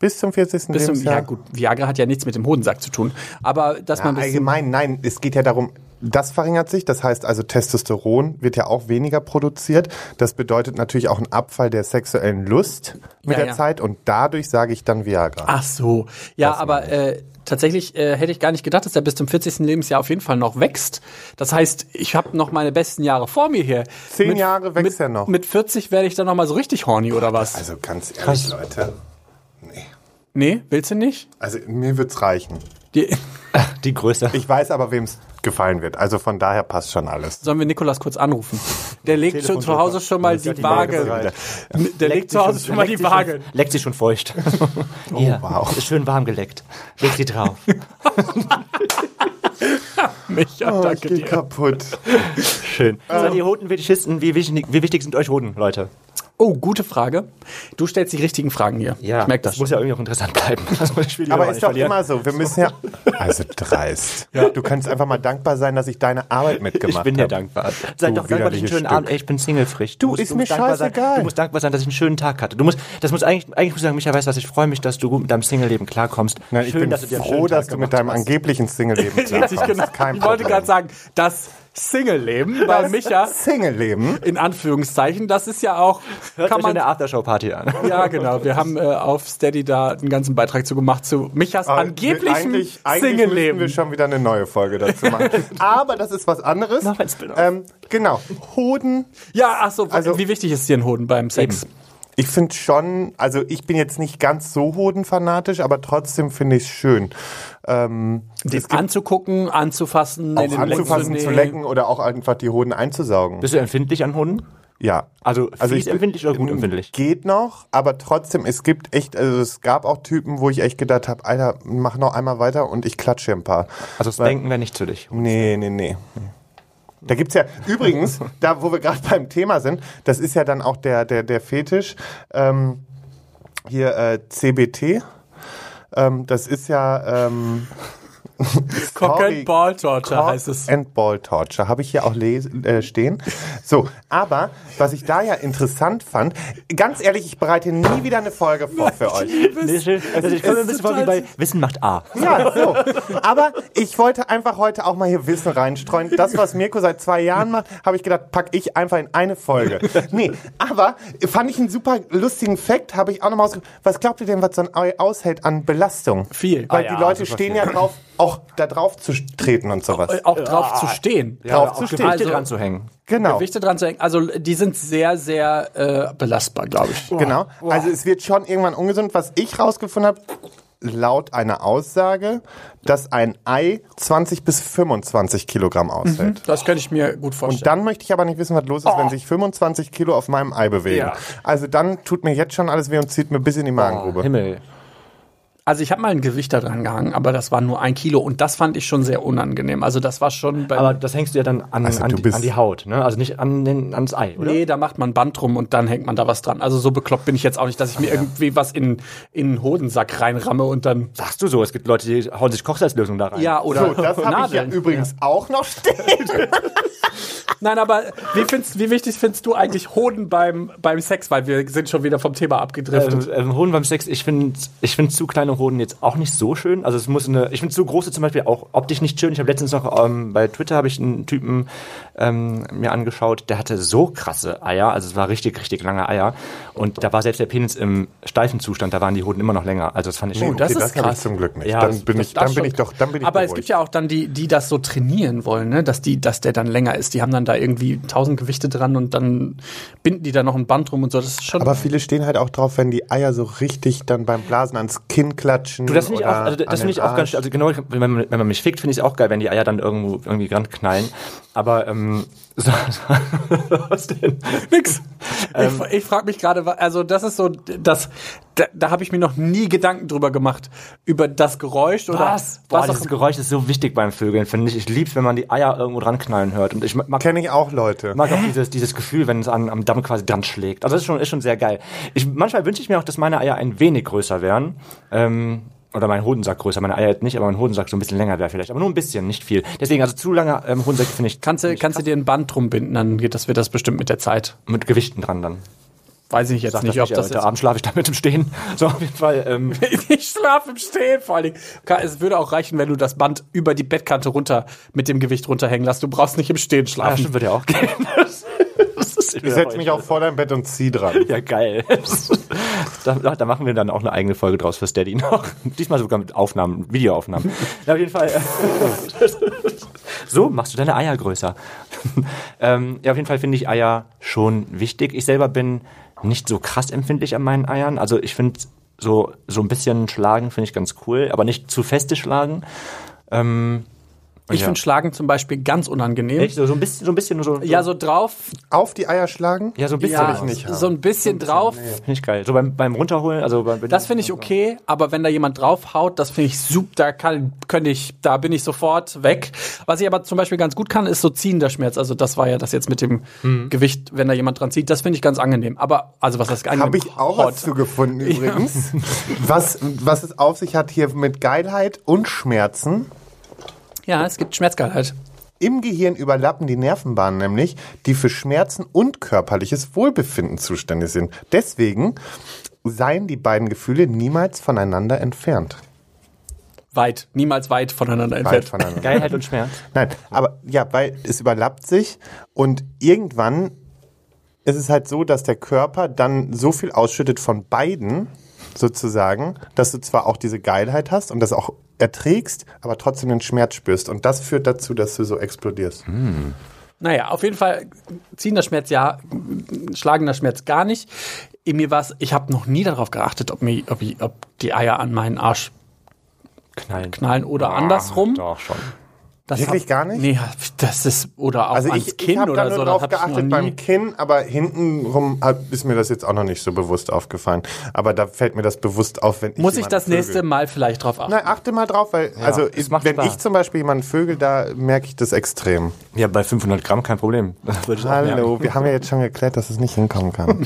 Speaker 2: Bis zum 40.
Speaker 1: Bis zum,
Speaker 2: Lebensjahr.
Speaker 1: ja gut, Viagra hat ja nichts mit dem Hodensack zu tun. Aber dass
Speaker 2: Ja,
Speaker 1: man bis zum,
Speaker 2: allgemein, nein, es geht ja darum, das verringert sich, das heißt also Testosteron wird ja auch weniger produziert. Das bedeutet natürlich auch einen Abfall der sexuellen Lust mit
Speaker 1: Ja,
Speaker 2: der
Speaker 1: ja.
Speaker 2: Zeit und dadurch sage ich dann Viagra.
Speaker 3: Ah.
Speaker 1: Ach so. Ja, aber äh, tatsächlich äh, hätte ich gar nicht gedacht, dass er bis zum 40. Lebensjahr auf jeden Fall noch wächst. Das heißt, ich habe noch meine besten Jahre vor mir hier.
Speaker 2: Zehn Jahre wächst
Speaker 1: mit,
Speaker 2: er noch.
Speaker 1: Mit 40 werde ich dann noch mal so richtig horny oder was?
Speaker 2: Also ganz ehrlich, Leute. Nee.
Speaker 1: nee, willst du nicht?
Speaker 2: Also mir wird's reichen.
Speaker 1: Die,
Speaker 3: Die Größe.
Speaker 2: Ich weiß aber, wem's gefallen wird. Also von daher passt schon alles.
Speaker 1: sollen wir Nikolas kurz anrufen? Der legt schon zu Hause schon mal die
Speaker 3: die
Speaker 1: Waage.
Speaker 3: Waage
Speaker 1: Der legt zu Hause schon mal die Waage.
Speaker 3: Leckt sie schon feucht. Oh, ja,
Speaker 2: wow.
Speaker 3: Ist schön warm geleckt. Leg sie drauf.
Speaker 1: Micha,
Speaker 2: Oh, ich
Speaker 1: danke
Speaker 2: geh
Speaker 1: dir.
Speaker 2: kaputt.
Speaker 3: Schön. So, die Hodenfetischisten, wie wichtig, wie wichtig sind euch Hoden, Leute?
Speaker 1: Oh, gute Frage. Du stellst die richtigen Fragen hier. ich merk das.
Speaker 3: muss ja irgendwie auch interessant bleiben. Das muss ich wieder
Speaker 2: Aber
Speaker 3: auch
Speaker 2: ist
Speaker 3: nicht
Speaker 2: doch
Speaker 3: verlieren.
Speaker 2: immer so. Wir müssen ja. Also dreist. Du kannst einfach mal dankbar sein, dass ich deine Arbeit mitgemacht
Speaker 3: Ich
Speaker 2: habe.
Speaker 3: bin dir dankbar. Seid doch dankbar, dass ich einen
Speaker 2: widerliches
Speaker 3: schönen
Speaker 2: Stück.
Speaker 3: Abend. Ey, ich bin singlefrisch. Du,
Speaker 2: ist mir scheißegal.
Speaker 3: Sein, du musst dankbar sein, dass ich einen schönen Tag hatte. Du musst, das muss eigentlich, eigentlich muss ich sagen, Micha, weißt du was, ich freue mich, dass du gut mit deinem Single-Leben klarkommst.
Speaker 2: Nein, ich bin
Speaker 3: dass du dir einen
Speaker 2: froh,
Speaker 3: schönen Tag
Speaker 2: dass du mit
Speaker 3: gemacht
Speaker 2: deinem angeblichen Single-Leben
Speaker 1: Richtig,
Speaker 2: klarkommst.
Speaker 1: genau.
Speaker 2: Kein
Speaker 1: Ich wollte
Speaker 2: Problem.
Speaker 1: gerade sagen, das Single-Leben, weil Micha
Speaker 2: Single-Leben?
Speaker 1: in Anführungszeichen, das ist ja auch,
Speaker 3: Hört
Speaker 1: kann
Speaker 3: euch in
Speaker 1: man,
Speaker 3: der Aftershow-Party an.
Speaker 1: ja genau, wir haben äh, auf Steady da einen ganzen Beitrag zu gemacht, zu Michas angeblichem
Speaker 2: Ah, Eigentlich, eigentlich müssen wir
Speaker 1: Single-Leben.
Speaker 2: schon wieder eine neue Folge dazu machen. Aber das ist was anderes.
Speaker 3: Mach ein Spin-off.
Speaker 2: ähm, Genau. Hoden.
Speaker 1: Ja, ach so,
Speaker 2: Also-
Speaker 1: wie wichtig ist dir ein Hoden beim Sex?
Speaker 2: Ich finde schon, also ich bin jetzt nicht ganz so hodenfanatisch, aber trotzdem finde ich es schön. Ähm,
Speaker 1: Den anzugucken, anzufassen, in
Speaker 2: auch
Speaker 1: den
Speaker 2: anzufassen,
Speaker 1: Mund
Speaker 2: zu lecken oder auch einfach die Hoden einzusaugen.
Speaker 3: Bist du empfindlich an Hunden?
Speaker 2: Ja.
Speaker 3: Also, fließempfindlich oder
Speaker 2: bin- Mhm.
Speaker 3: gut empfindlich?
Speaker 2: Hm, Geht noch, aber trotzdem, es gibt echt, also es gab auch Typen, wo ich echt gedacht habe, Alter, mach noch einmal weiter und ich klatsche ein paar.
Speaker 3: Also, das Denken wäre nicht zu dich.
Speaker 2: Nee, nee, nee. Da gibt's ja, übrigens, da wo wir gerade beim Thema sind, das ist ja dann auch der, der, der Fetisch, ähm, hier äh, CBT. Ähm, das ist ja ähm,
Speaker 1: Cock
Speaker 2: Sorry.
Speaker 1: and Ball Torture
Speaker 2: Cock
Speaker 1: heißt es.
Speaker 2: and Ball Torture. Habe ich hier auch les- äh, stehen. So, aber was ich da ja interessant fand, ganz ehrlich, ich bereite nie wieder eine Folge vor für euch.
Speaker 3: Nee, schön. Also ich komme mir ein bisschen vor wie bei Wissen macht A.
Speaker 2: Ja, so. Aber ich wollte einfach heute auch mal hier Wissen reinstreuen. Das, was Mirko seit zwei Jahren macht, habe ich gedacht, pack ich einfach in eine Folge. Nee, aber fand ich einen super lustigen Fact, habe ich auch nochmal ausgeguckt. Was glaubt ihr denn, was so ein Ei aushält an Belastung?
Speaker 1: Ah Viel. Äh,
Speaker 2: Weil
Speaker 3: ja,
Speaker 2: die Leute
Speaker 3: super
Speaker 2: stehen Ah, ja drauf, auch da drauf zu treten und sowas.
Speaker 1: Auch drauf zu stehen.
Speaker 2: drauf zu
Speaker 3: Auch
Speaker 2: stehen.
Speaker 3: Gewichte
Speaker 1: Also-
Speaker 3: dran zu hängen.
Speaker 2: Genau.
Speaker 1: Gewichte dran zu hängen. Also die sind sehr, sehr äh, belastbar, glaube ich.
Speaker 2: Genau. Also es wird schon irgendwann ungesund. Was ich rausgefunden habe, laut einer Aussage, dass ein Ei 20 bis 25 Kilogramm aushält.
Speaker 1: Das könnte ich mir gut
Speaker 2: Und
Speaker 1: vorstellen.
Speaker 2: dann möchte ich aber nicht wissen, was los ist, wenn sich 25 Kilo auf meinem Ei bewegen.
Speaker 1: Ja.
Speaker 2: Also dann tut mir jetzt schon alles weh und zieht mir bis in die Magengrube.
Speaker 3: Himmel.
Speaker 1: also ich habe mal ein Gewicht daran gehangen, aber das war nur ein Kilo und das fand ich schon sehr unangenehm. Also das war schon bei
Speaker 3: Aber das hängst du ja dann an,
Speaker 2: Also
Speaker 3: an,
Speaker 2: du
Speaker 3: die,
Speaker 2: bist-
Speaker 3: an die Haut, ne? Also nicht an den, ans Ei, oder?
Speaker 2: ne?
Speaker 1: Nee, da macht man ein Band drum und dann hängt man da was dran. Also so bekloppt bin ich jetzt auch nicht, dass ich mir irgendwie was in, in einen Hodensack reinramme und dann.
Speaker 3: Sagst du so, es gibt Leute, die hauen sich Kochsalzlösung da rein.
Speaker 1: Ja, oder
Speaker 2: So, das habe ich ja
Speaker 1: Nadeln.
Speaker 2: übrigens auch noch stehen.
Speaker 1: Nein, aber wie, findest, wie wichtig findest du eigentlich Hoden beim, beim Sex? Weil wir sind schon wieder vom Thema abgedriftet.
Speaker 3: Ähm, ähm, Hoden beim Sex, ich finde ich find zu kleine Hoden jetzt auch nicht so schön. Also es muss eine, ich finde zu große zum Beispiel auch optisch nicht schön. Ich habe letztens noch ähm, bei Twitter habe ich einen Typen ähm, mir angeschaut, der hatte so krasse Eier, also es war richtig, richtig lange Eier. Und da war selbst der Penis im steifen Zustand, da waren die Hoden immer noch länger. Also das fand
Speaker 2: Oh,
Speaker 3: ich schon.
Speaker 1: das ist
Speaker 2: hab ich
Speaker 1: krass.
Speaker 2: zum Glück nicht.
Speaker 3: Ja,
Speaker 2: dann
Speaker 3: das-
Speaker 2: bin ich,
Speaker 1: Das
Speaker 2: dann bin
Speaker 1: schon.
Speaker 2: ich doch, dann bin ich
Speaker 1: Aber es
Speaker 2: beruhigt.
Speaker 1: gibt ja auch dann die, die das so trainieren wollen, ne? dass, die, dass der dann länger ist. Die haben dann da irgendwie tausend Gewichte dran und dann binden die da noch ein Band rum und so. Das ist schon.
Speaker 2: aber viele stehen halt auch drauf, wenn die Eier so richtig dann beim Blasen ans Kinn klatschen.
Speaker 3: Du, das finde ich auch,
Speaker 2: oder
Speaker 3: also
Speaker 2: an
Speaker 3: das finde
Speaker 2: den
Speaker 3: ich auch ganz,
Speaker 2: Arsch.
Speaker 3: also genau, wenn man, wenn man mich fickt, finde ich es auch geil, wenn die Eier dann irgendwo irgendwie dran knallen. Aber ähm, so, was denn?
Speaker 1: Nix.
Speaker 2: Ähm.
Speaker 1: ich ich frage mich gerade, wa- also das ist so, das, da, da habe ich mir noch nie Gedanken drüber gemacht über das Geräusch oder
Speaker 3: Was? Boah,
Speaker 1: auch-
Speaker 3: dieses Geräusch ist so wichtig beim Vögeln, finde ich. Ich lieb's, wenn man die Eier irgendwo dran knallen hört. Und ich mag, mag
Speaker 2: Kenne ich auch Leute.
Speaker 3: auch dieses, dieses Gefühl, wenn es an, am Damm quasi dran schlägt. Also das ist schon, ist schon sehr geil. Ich, manchmal wünsche ich mir auch, dass meine Eier ein wenig größer wären. Ähm, oder mein Hodensack größer. Meine Eier jetzt nicht, aber mein Hodensack so ein bisschen länger wäre vielleicht. Aber nur ein bisschen, nicht viel. Deswegen, also zu lange ähm, Hodensäcke finde ich
Speaker 1: Kannst du, kannst du dir ein Band drum binden, dann geht das, wird das bestimmt mit der Zeit.
Speaker 3: mit Gewichten dran dann.
Speaker 1: Weiß ich jetzt
Speaker 3: Sag
Speaker 1: nicht, ob das
Speaker 3: Heute Abend schlafe ich damit im Stehen. So, auf jeden Fall. Ähm,
Speaker 1: jetzt. ich schlafe im Stehen vor allen Dingen. Ka- Es würde auch reichen, wenn du das Band über die Bettkante runter mit dem Gewicht runterhängen lässt. Du brauchst nicht im Stehen
Speaker 3: Ah, ja,
Speaker 1: schlafen.
Speaker 3: stimmt, würde ja auch gehen. Das ist-
Speaker 2: Ich setze mich auch vor dein Bett und zieh dran.
Speaker 3: Ja, geil. da, da machen wir dann auch eine eigene Folge draus für Steady noch. Diesmal sogar mit Aufnahmen, Videoaufnahmen. Ja, auf jeden Fall. äh, so machst du deine Eier größer. ähm, ja, auf jeden Fall finde ich Eier schon wichtig. Ich selber bin nicht so krass empfindlich an meinen Eiern. Also ich finde so, so ein bisschen schlagen finde ich ganz cool, aber nicht zu feste schlagen.
Speaker 1: ich
Speaker 3: Ja.
Speaker 1: finde Schlagen zum Beispiel ganz unangenehm.
Speaker 3: Echt? So, so ein bisschen, so ein bisschen nur so.
Speaker 1: Ja, so drauf,
Speaker 2: Auf die Eier schlagen?
Speaker 3: ja, so ein bisschen.
Speaker 1: ja,
Speaker 2: ich nicht haben.
Speaker 1: so ein bisschen drauf.
Speaker 3: Finde ich geil. So beim, beim Runterholen, also beim,
Speaker 1: Das finde ich okay, aber wenn da jemand draufhaut, das finde ich super, da kann, könnte ich, da bin ich sofort weg. Was ich aber zum Beispiel ganz gut kann, ist so ziehender Schmerz. Also das war ja das jetzt mit dem Gewicht, wenn da jemand dran zieht, das finde ich ganz angenehm. Aber, also was heißt angenehm?
Speaker 2: Habe ich auch
Speaker 1: Hot.
Speaker 2: was zugefunden übrigens. Was, was es auf sich hat hier mit Geilheit und Schmerzen.
Speaker 1: Ja, es gibt Schmerzgeilheit.
Speaker 2: Im Gehirn überlappen die Nervenbahnen nämlich, die für Schmerzen und körperliches Wohlbefinden zuständig sind. Deswegen seien die beiden Gefühle niemals voneinander entfernt.
Speaker 1: Weit, niemals weit voneinander
Speaker 2: Weit
Speaker 1: entfernt.
Speaker 2: voneinander.
Speaker 3: Geilheit und Schmerz.
Speaker 2: Nein, aber ja, weil es überlappt sich und irgendwann ist es halt so, dass der Körper dann so viel ausschüttet von beiden sozusagen, dass du zwar auch diese Geilheit hast und das auch erträgst, aber trotzdem den Schmerz spürst. Und das führt dazu, dass du so explodierst.
Speaker 1: Mhm. Naja, auf jeden Fall ziehender Schmerz ja, schlagender Schmerz gar nicht. In mir war es, ich habe noch nie darauf geachtet, ob, mir, ob, ich, ob die Eier an meinen Arsch
Speaker 3: Knallen.
Speaker 1: knallen oder andersrum.
Speaker 3: Doch, schon.
Speaker 1: Das
Speaker 2: Wirklich gar nicht?
Speaker 1: Nee, das ist, oder auch
Speaker 2: Also
Speaker 1: ans
Speaker 2: ich, ich
Speaker 1: Kinn
Speaker 2: habe da
Speaker 1: oder
Speaker 2: nur
Speaker 1: so.
Speaker 2: drauf
Speaker 1: das hab ich noch
Speaker 2: geachtet
Speaker 1: nie-
Speaker 2: beim Kinn, aber hintenrum hab- ist mir das jetzt auch noch nicht so bewusst aufgefallen. Aber da fällt mir das bewusst auf, wenn ich
Speaker 1: Muss ich
Speaker 2: jemanden
Speaker 1: das nächste
Speaker 2: vögel.
Speaker 1: Mal vielleicht drauf achten?
Speaker 2: Nein, achte mal drauf, weil also
Speaker 3: es macht
Speaker 2: wenn
Speaker 3: Spaß.
Speaker 2: ich zum Beispiel jemanden vögel, da merke ich das extrem.
Speaker 3: Ja, bei 500 Gramm kein Problem. Das würde ich auch merken.
Speaker 2: Hallo, wir haben ja jetzt schon geklärt, dass es nicht hinkommen kann.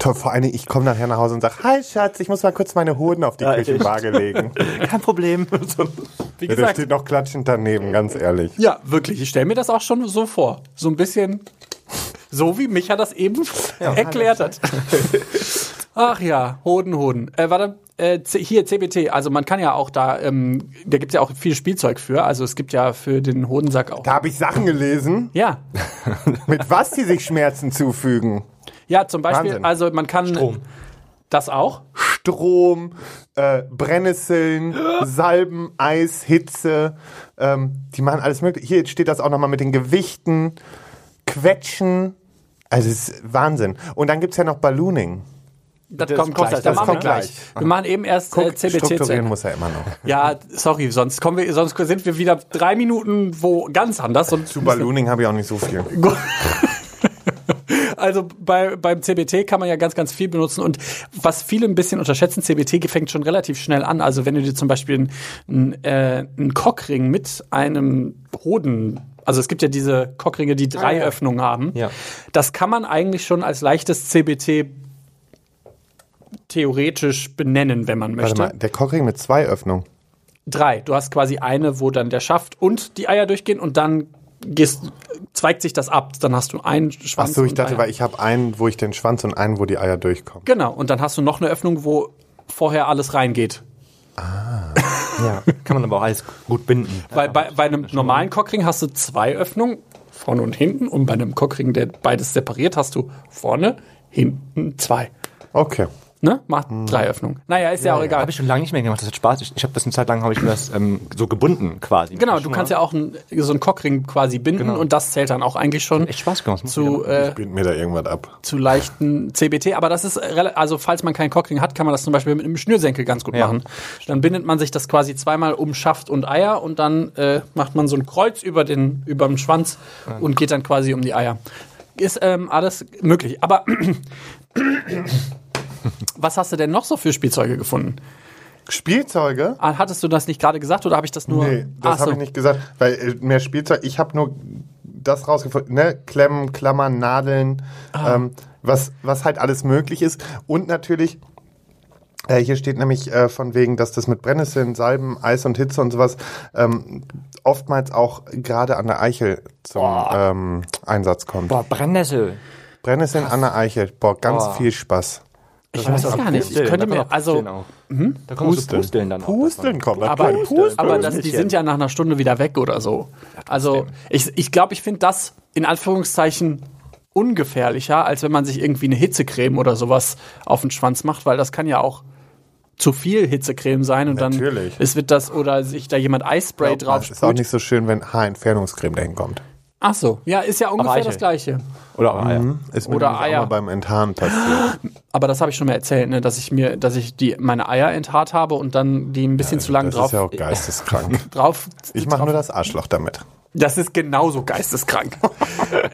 Speaker 2: Toll, vor allen Dingen, ich komme nachher nach Hause und sage, hi Schatz, ich muss mal kurz meine Hoden auf die
Speaker 3: Ja, echt.
Speaker 2: Küchenwaage legen.
Speaker 3: Kein Problem.
Speaker 1: Wie
Speaker 2: Ja, der
Speaker 1: gesagt,
Speaker 2: steht noch klatschend daneben, ganz ehrlich.
Speaker 1: ja, wirklich. Ich stelle mir das auch schon so vor. So ein bisschen, so wie Micha das eben erklärt hat. Ach ja, Hoden, Hoden. Äh, warte, äh, C hier CBT. Also man kann ja auch da, ähm, da gibt's ja auch viel Spielzeug für. Also es gibt ja für den Hodensack auch.
Speaker 2: Da habe ich Sachen gelesen,
Speaker 1: Ja,
Speaker 2: mit was die sich Schmerzen zufügen.
Speaker 1: ja, zum Beispiel,
Speaker 2: Wahnsinn.
Speaker 1: also man kann das auch.
Speaker 2: Strom, äh, Brennnesseln, Salben, Eis, Hitze. Ähm, die machen alles mögliche. Hier steht das auch nochmal mit den Gewichten, Quetschen. Also es ist Wahnsinn. Und dann gibt es ja noch Ballooning.
Speaker 1: Das,
Speaker 3: Das
Speaker 1: kommt gleich.
Speaker 3: kommt gleich,
Speaker 1: das
Speaker 3: das
Speaker 1: machen wir
Speaker 2: kommt
Speaker 1: gleich. Wir machen eben erst äh, CBT zu
Speaker 2: Strukturieren
Speaker 1: Ende.
Speaker 2: muss er immer noch.
Speaker 1: Ja, sorry, sonst kommen wir, sonst sind wir wieder drei Minuten wo ganz anders. Und
Speaker 2: Zu Ballooning habe ich auch nicht so viel.
Speaker 1: Gut. Also bei, beim CBT kann man ja ganz, ganz viel benutzen und was viele ein bisschen unterschätzen, CBT fängt schon relativ schnell an. Also wenn du dir zum Beispiel einen, äh, einen Cockring mit einem Hoden, also es gibt ja diese Cockringe, die drei Öffnungen haben,
Speaker 3: Ah, Ja.
Speaker 1: das kann man eigentlich schon als leichtes CBT theoretisch benennen, wenn man
Speaker 2: Warte
Speaker 1: möchte.
Speaker 2: mal, der Cockring mit zwei Öffnungen.
Speaker 1: Drei. Du hast quasi eine, wo dann der Schaft und die Eier durchgehen und dann gehst, zweigt sich das ab. Dann hast du einen
Speaker 2: Ach
Speaker 1: Schwanz.
Speaker 2: so, ich
Speaker 1: und
Speaker 2: dachte,
Speaker 1: Eier.
Speaker 2: weil ich habe einen, wo ich den Schwanz und einen, wo die Eier durchkommen.
Speaker 1: Genau, und dann hast du noch eine Öffnung, wo vorher alles reingeht.
Speaker 3: Ja, kann man aber auch alles gut binden.
Speaker 1: Weil bei, bei einem normalen Cockring hast du zwei Öffnungen, vorne und hinten. Und bei einem Cockring, der beides separiert, hast du vorne, hinten zwei.
Speaker 2: Okay.
Speaker 1: Ne? Macht
Speaker 2: Hm.
Speaker 1: drei Öffnungen. Naja, ist ja, auch egal.
Speaker 3: Habe ich schon lange nicht mehr gemacht. Das hat Spaß. Ich, ich habe das eine Zeit lang habe ich mir das ähm, so gebunden quasi.
Speaker 1: Genau, du kannst ja auch ein, so einen Cockring quasi binden
Speaker 2: Genau.
Speaker 1: und das zählt dann auch eigentlich schon
Speaker 3: echt Spaß gemacht. ne? Das muss
Speaker 1: zu,
Speaker 3: ich
Speaker 1: äh,
Speaker 2: Bind mir da irgendwas ab.
Speaker 1: zu leichten CBT. Aber das ist, rela- also falls man keinen Cockring hat, kann man das zum Beispiel mit einem Schnürsenkel ganz gut
Speaker 3: Ja.
Speaker 1: machen. Dann bindet man sich das quasi zweimal um Schaft und Eier und dann äh, macht man so ein Kreuz über den, über den Schwanz und geht dann quasi um die Eier. Ist ähm, alles möglich. Aber was hast du denn noch so für Spielzeuge gefunden?
Speaker 2: Spielzeuge?
Speaker 1: Ah, Hattest du das nicht gerade gesagt oder habe ich das nur?
Speaker 2: Nee, das
Speaker 1: Ach so.
Speaker 2: habe ich nicht gesagt, weil äh, mehr Spielzeug, ich habe nur das rausgefunden, ne? Klemmen, Klammern, Nadeln, ähm, was, was halt alles möglich ist. Und natürlich, äh, hier steht nämlich äh, von wegen, dass das mit Brennnesseln, Salben, Eis und Hitze und sowas ähm, oftmals auch gerade an der Eichel zum ähm, Einsatz kommt.
Speaker 3: Boah, Brennnessel.
Speaker 2: Brennnesseln an der Eichel, boah, ganz
Speaker 3: Boah.
Speaker 2: viel Spaß.
Speaker 1: Ich weiß gar nicht. Ich könnte mir, also,
Speaker 3: Da kann man so pusteln dann auch davon.
Speaker 2: Pusteln kommt,
Speaker 1: Aber,
Speaker 2: natürlich.
Speaker 1: aber das, die sind ja nach einer Stunde wieder weg oder so. Also ich ich, glaube, ich finde das in Anführungszeichen ungefährlicher, als wenn man sich irgendwie eine Hitzecreme oder sowas auf den Schwanz macht, weil das kann ja auch zu viel Hitzecreme sein und
Speaker 2: Natürlich.
Speaker 1: dann es wird das oder sich da jemand Eispray drauf
Speaker 2: ist auch
Speaker 1: sprüht.
Speaker 2: nicht so schön, wenn Haarentfernungscreme dahin kommt.
Speaker 1: Ach so, ja, ist ja ungefähr
Speaker 3: Eichel.
Speaker 1: das gleiche.
Speaker 3: Oder auch Eier.
Speaker 1: Mhm.
Speaker 2: Ist mir
Speaker 1: Oder
Speaker 2: nämlich
Speaker 1: Eier.
Speaker 2: auch mal beim Enthaaren passiert.
Speaker 1: Aber das habe ich schon mal erzählt, ne, dass ich mir, dass ich die meine Eier enthaart habe und dann die ein bisschen zu lang
Speaker 2: das
Speaker 1: drauf
Speaker 2: ist ja auch geisteskrank.
Speaker 1: drauf.
Speaker 2: Ich mache nur das Arschloch damit.
Speaker 1: Das ist genauso geisteskrank.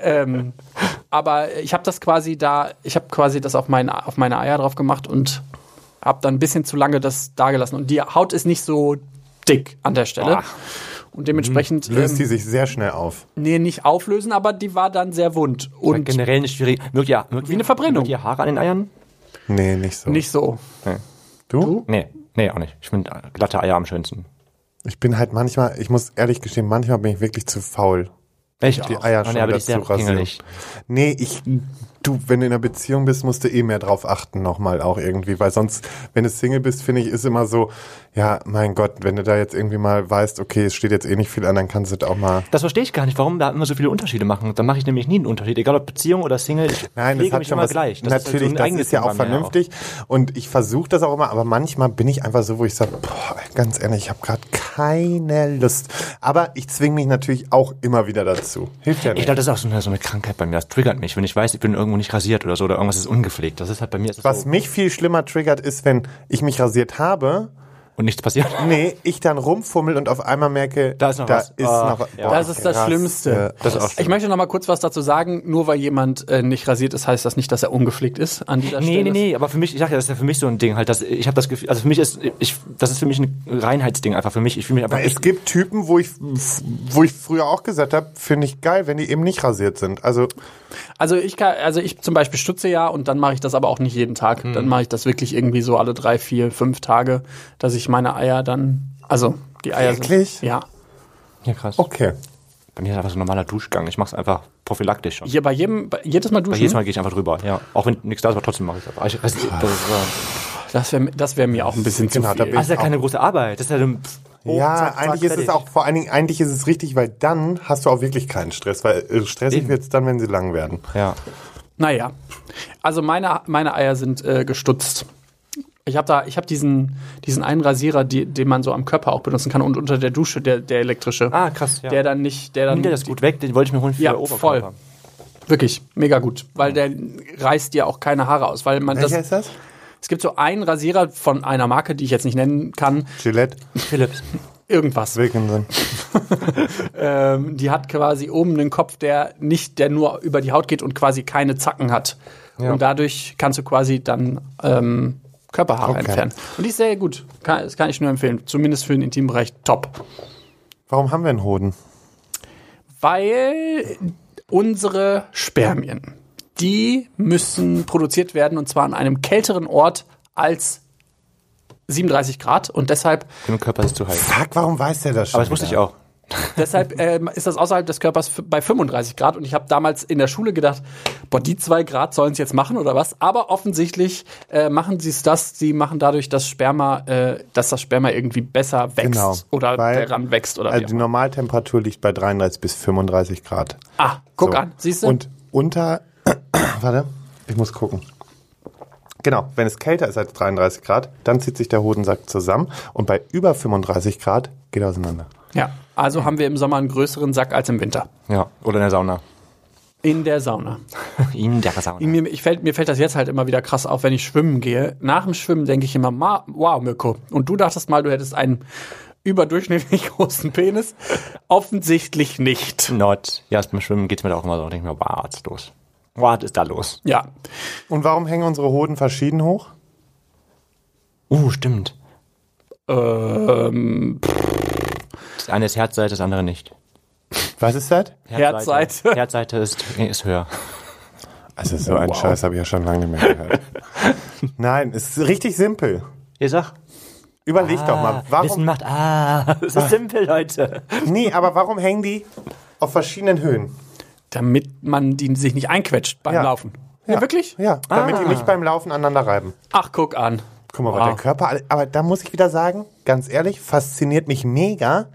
Speaker 1: ähm, aber ich habe das quasi da, ich habe quasi das auf, mein, auf meine Eier drauf gemacht und habe dann ein bisschen zu lange das da gelassen. Und die Haut ist nicht so dick an der Stelle.
Speaker 3: Ach.
Speaker 1: Und dementsprechend,
Speaker 3: Mhm.
Speaker 2: Löst die
Speaker 1: ähm,
Speaker 2: sich sehr schnell auf.
Speaker 1: nee, nicht auflösen, aber die war dann sehr wund und
Speaker 3: Generell eine schwierige. Mögt ihr, mögt Wie
Speaker 1: eine Verbrennung.
Speaker 3: Mögt ihr Haare an den Eiern?
Speaker 2: Nee, nicht so.
Speaker 1: nicht so.
Speaker 2: du?
Speaker 3: Nee, nee, auch nicht. Ich finde äh, glatte Eier am schönsten.
Speaker 2: Ich bin halt manchmal, ich muss ehrlich gestehen, manchmal bin ich wirklich zu faul.
Speaker 3: Echt?
Speaker 2: Die Eier schon
Speaker 3: Ah, nee, aber die
Speaker 2: dazu
Speaker 3: sind sehr
Speaker 2: rasieren.
Speaker 3: pingelig.
Speaker 2: Nee, ich, du, wenn du in einer Beziehung bist, musst du eh mehr drauf achten nochmal auch irgendwie, weil sonst, wenn du Single bist, finde ich, ist immer so, ja, mein Gott, wenn du da jetzt irgendwie mal weißt, okay, es steht jetzt eh nicht viel an, dann kannst du das auch mal
Speaker 3: Das verstehe ich gar nicht, warum da immer so viele Unterschiede machen. Da mache ich nämlich nie einen Unterschied, egal ob Beziehung oder Single. Ich
Speaker 2: Nein, das
Speaker 3: pflege
Speaker 2: hat
Speaker 3: mich
Speaker 2: schon
Speaker 3: immer
Speaker 2: was.
Speaker 3: gleich. Das ist halt so
Speaker 2: natürlich,
Speaker 3: ein
Speaker 2: das
Speaker 3: eigenes
Speaker 2: ist ja
Speaker 3: Ding
Speaker 2: auch
Speaker 3: bei mir
Speaker 2: vernünftig. Und ich versuche das auch immer, aber manchmal bin ich einfach so, wo ich sage, ganz ehrlich, ich habe gerade keine Lust. Aber ich zwinge mich natürlich auch immer wieder dazu. Hilft ja
Speaker 3: Ich
Speaker 2: nicht.
Speaker 3: glaube, das ist auch so eine, so eine Krankheit bei mir. Das triggert mich, wenn ich weiß, ich bin irgendwo nicht rasiert oder so oder irgendwas ist ungepflegt. Das ist halt bei mir. Ist das
Speaker 2: Was
Speaker 3: so.
Speaker 2: mich viel schlimmer triggert, ist, wenn ich mich rasiert habe
Speaker 3: Und und nichts passiert.
Speaker 2: Nee, ich dann rumfummel und auf einmal merke,
Speaker 3: Da ist noch was.
Speaker 2: Ist
Speaker 3: Ah,
Speaker 2: noch, was.
Speaker 3: ja.
Speaker 1: Das ist das
Speaker 2: krass.
Speaker 1: Schlimmste.
Speaker 3: Das ist auch schlimm.
Speaker 1: ich möchte noch mal kurz was dazu sagen. Nur weil jemand äh, nicht rasiert ist, heißt das nicht, dass er ungepflegt ist an dieser
Speaker 3: Nee,
Speaker 1: Stelle.
Speaker 3: nee, nee, aber für mich, ich sag ja, das ist ja für mich so ein Ding halt, dass ich habe das Gefühl, also für mich ist, ich, das ist für mich ein Reinheitsding einfach für mich. Ich fühle mich einfach.
Speaker 2: Es gibt Typen, wo ich, wo ich früher auch gesagt habe, finde ich geil, wenn die eben nicht rasiert sind. Also
Speaker 1: Also ich kann, also ich zum Beispiel stutze ja und dann mache ich das aber auch nicht jeden Tag.
Speaker 3: Mhm.
Speaker 1: Dann mache ich das wirklich irgendwie so alle drei, vier, fünf Tage, dass ich meine Eier dann, also die Eier
Speaker 2: Wirklich?
Speaker 1: sind. Ja.
Speaker 3: ja, krass.
Speaker 2: okay.
Speaker 3: Bei mir ist das einfach so ein normaler Duschgang. Ich mache es einfach prophylaktisch schon.
Speaker 1: Hier bei jedem, bei, jedes Mal
Speaker 3: Bei
Speaker 1: duschen.
Speaker 3: jedes Mal gehe ich einfach drüber. Ja, auch wenn nichts da ist, aber trotzdem mache ich es. Aber ich, das, ist-
Speaker 2: Ah.
Speaker 3: das ist, äh,
Speaker 1: Das wäre das wär mir auch ein bisschen
Speaker 2: Genau, da
Speaker 1: zu viel.
Speaker 2: bin
Speaker 3: das Ah, ist ja keine große Arbeit. Das ist ja dann, oh,
Speaker 2: ja,
Speaker 3: zack, zack,
Speaker 2: eigentlich ist es
Speaker 3: fertig.
Speaker 2: auch vor allen Dingen, eigentlich ist es richtig, weil dann hast du auch wirklich keinen Stress, weil äh, stressig
Speaker 3: Eben.
Speaker 2: wird es dann, wenn sie lang werden.
Speaker 3: Ja.
Speaker 1: Naja, also meine, meine Eier sind äh, gestutzt. Ich habe da, ich habe diesen, diesen einen Rasierer, die, den man so am Körper auch benutzen kann und unter der Dusche, der, der elektrische.
Speaker 3: Ah, krass, ja.
Speaker 1: Der dann nicht, der dann.
Speaker 3: Nimmt dir das gut weg? Den wollte ich mir holen für
Speaker 1: Ja,
Speaker 3: Oberkörper.
Speaker 1: voll. Wirklich, mega gut. Weil der reißt dir auch keine Haare aus. Weil man das,
Speaker 2: Welcher ist das?
Speaker 1: Es gibt so einen Rasierer von einer Marke, die ich jetzt nicht nennen kann.
Speaker 2: Gillette
Speaker 3: Philips.
Speaker 1: Irgendwas.
Speaker 2: Wilkinson.
Speaker 1: Ähm, die hat quasi oben einen Kopf, der nicht, der nur über die Haut geht und quasi keine Zacken hat. Und dadurch kannst du quasi dann ähm, Körperhaare
Speaker 2: Okay.
Speaker 1: entfernen. Und die ist sehr gut. Kann, das kann ich nur empfehlen. Zumindest für den Intimbereich top.
Speaker 2: Warum haben wir einen Hoden?
Speaker 1: Weil unsere Spermien, die müssen produziert werden und zwar an einem kälteren Ort als 37 Grad und deshalb
Speaker 3: Im Körper ist zu heiß.
Speaker 2: Fuck, warum weiß der das schon?
Speaker 3: Aber das wusste
Speaker 2: wieder?
Speaker 3: ich auch.
Speaker 1: Deshalb ähm, ist das außerhalb des Körpers f- bei 35 Grad. Und ich habe damals in der Schule gedacht, boah, die zwei Grad sollen es jetzt machen oder was? Aber offensichtlich äh, machen sie es das. Sie machen dadurch, dass Sperma, äh, dass das Sperma irgendwie besser wächst
Speaker 2: Genau.
Speaker 1: oder
Speaker 2: Weil-
Speaker 1: daran wächst oder
Speaker 2: Also
Speaker 1: also
Speaker 2: die Normaltemperatur liegt bei 33 bis 35 Grad.
Speaker 1: Ah, guck
Speaker 2: So.
Speaker 1: an, siehst du?
Speaker 2: Und unter, warte, ich muss gucken. Genau, wenn es kälter ist als 33 Grad, dann zieht sich der Hodensack zusammen und bei über 35 Grad geht er auseinander.
Speaker 1: ja, also haben wir im Sommer einen größeren Sack als im Winter
Speaker 3: Ja. Oder in der Sauna.
Speaker 1: in der Sauna.
Speaker 3: In der Sauna.
Speaker 1: Mir, ich fällt, mir fällt das jetzt halt immer wieder krass auf, wenn ich schwimmen gehe. Nach dem Schwimmen denke ich immer, ma, wow, Mirko. Und du dachtest mal, du hättest einen überdurchschnittlich großen Penis. Offensichtlich nicht.
Speaker 3: Not. Ja, beim Schwimmen geht's mir da auch immer so. Und denke mir, wow, was ist los? Was ist da los?
Speaker 1: Ja.
Speaker 2: Und warum hängen unsere Hoden verschieden hoch?
Speaker 3: Uh, stimmt.
Speaker 1: Ähm,
Speaker 3: Das eine ist Herzseite, das andere nicht.
Speaker 2: Was ist das?
Speaker 1: Herzseite.
Speaker 3: Herzseite ist, ist höher.
Speaker 2: Also so einen
Speaker 1: Wow.
Speaker 2: Scheiß habe ich ja schon lange nicht mehr gehört. Nein, es ist richtig simpel.
Speaker 3: Ihr sagt,
Speaker 2: Überleg doch mal,
Speaker 3: Wissen
Speaker 2: warum,
Speaker 3: macht, ah, es ist simpel, Leute.
Speaker 2: nee, aber warum hängen die auf verschiedenen Höhen?
Speaker 1: damit man die sich nicht einquetscht beim
Speaker 2: Ja.
Speaker 1: Laufen. Ja, wirklich?
Speaker 2: Ja, damit die nicht beim Laufen aneinander reiben.
Speaker 1: Ach, guck an.
Speaker 2: Guck mal,
Speaker 1: Ah.
Speaker 2: was
Speaker 1: Wow.
Speaker 2: der Körper. alle- Aber da muss ich wieder sagen, ganz ehrlich, fasziniert mich mega,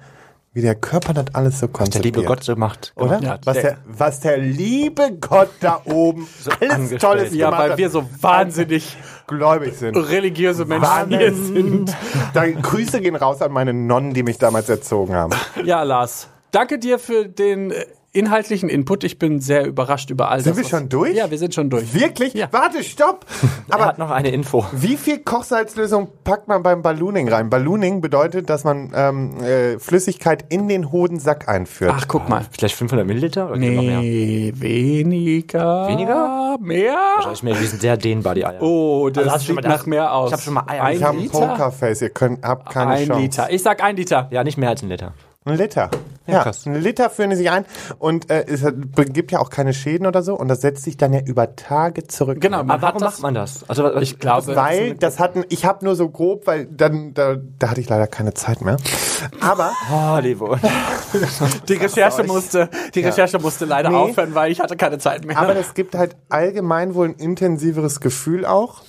Speaker 2: wie der Körper das alles so
Speaker 3: Der
Speaker 2: konzipiert.
Speaker 3: liebe Gott so macht.
Speaker 2: oder?
Speaker 1: Ja,
Speaker 2: was,
Speaker 1: der-
Speaker 2: der, was der liebe Gott da oben alles
Speaker 3: angestellt.
Speaker 2: Tolles
Speaker 1: Ja,
Speaker 2: gemacht
Speaker 1: weil
Speaker 2: hat,
Speaker 1: wir so wahnsinnig
Speaker 2: gläubig sind.
Speaker 1: religiöse Menschen hier sind.
Speaker 2: Wahnsinn. Da, Grüße gehen raus an meine Nonnen, die mich damals erzogen haben.
Speaker 1: Ja, Lars. Danke dir für den äh, inhaltlichen Input. Ich bin sehr überrascht über all
Speaker 2: Sind
Speaker 1: das.
Speaker 2: wir
Speaker 1: was-
Speaker 2: schon durch?
Speaker 1: Ja, wir sind schon durch.
Speaker 2: Wirklich?
Speaker 1: Ja.
Speaker 2: Warte, stopp!
Speaker 3: Er
Speaker 2: Aber
Speaker 3: hat noch eine Info.
Speaker 2: Wie viel Kochsalzlösung packt man beim Ballooning rein? Ballooning bedeutet, dass man ähm, äh, Flüssigkeit in den Hodensack einführt.
Speaker 1: Ach, guck mal.
Speaker 3: Vielleicht 500 Milliliter? Oder geht noch mehr?
Speaker 1: Nee, Äh, weniger.
Speaker 3: Weniger?
Speaker 1: Mehr?
Speaker 3: Ich meine, die sind sehr dehnbar, die Eier.
Speaker 1: Oh, das
Speaker 3: Also hast du schon
Speaker 1: sieht
Speaker 3: mal
Speaker 1: nach
Speaker 3: gedacht-
Speaker 1: mehr aus.
Speaker 3: Ich hab schon mal Eier-
Speaker 1: ein
Speaker 2: ich habe ein
Speaker 1: Liter.
Speaker 2: Pokerface, ihr könnt, habt keine
Speaker 1: ein
Speaker 2: Chance.
Speaker 1: Liter. Ich sag ein Liter.
Speaker 3: Ja, nicht mehr als ein Liter.
Speaker 2: Ein Liter. Ja,
Speaker 3: krass.
Speaker 2: ein Liter führen die sich ein und äh, es hat- gibt ja auch keine Schäden oder so und das setzt sich dann ja über Tage zurück.
Speaker 1: Genau, man
Speaker 3: Aber warum
Speaker 1: hat das,
Speaker 3: macht man das? Also, was-
Speaker 1: Ich glaube,
Speaker 2: Weil das hatten, ich habe nur so grob, weil dann da, da hatte ich leider keine Zeit mehr. Aber
Speaker 3: Oh, Levo.
Speaker 1: Die Recherche musste, die Recherche musste leider
Speaker 2: Nee.
Speaker 1: aufhören, weil ich hatte keine Zeit mehr.
Speaker 2: aber es gibt halt allgemein wohl ein intensiveres Gefühl auch.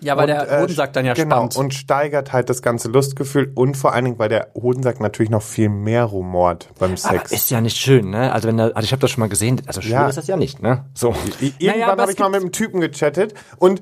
Speaker 1: ja, weil der
Speaker 2: äh,
Speaker 1: Hodensack dann ja
Speaker 2: genau,
Speaker 1: spannt.
Speaker 2: Und steigert halt das ganze Lustgefühl und vor allen Dingen, weil der Hodensack natürlich noch viel mehr rumort beim Sex.
Speaker 3: Ist ja nicht schön, ne? Also, wenn da, also ich habe das schon mal gesehen. Also, schön
Speaker 2: Ja.
Speaker 3: ist das ja nicht, ne? So.
Speaker 2: I-
Speaker 1: Naja,
Speaker 2: Irgendwann
Speaker 1: aber
Speaker 2: habe
Speaker 1: es
Speaker 2: ich mal
Speaker 1: gibt-
Speaker 2: mit einem Typen gechattet und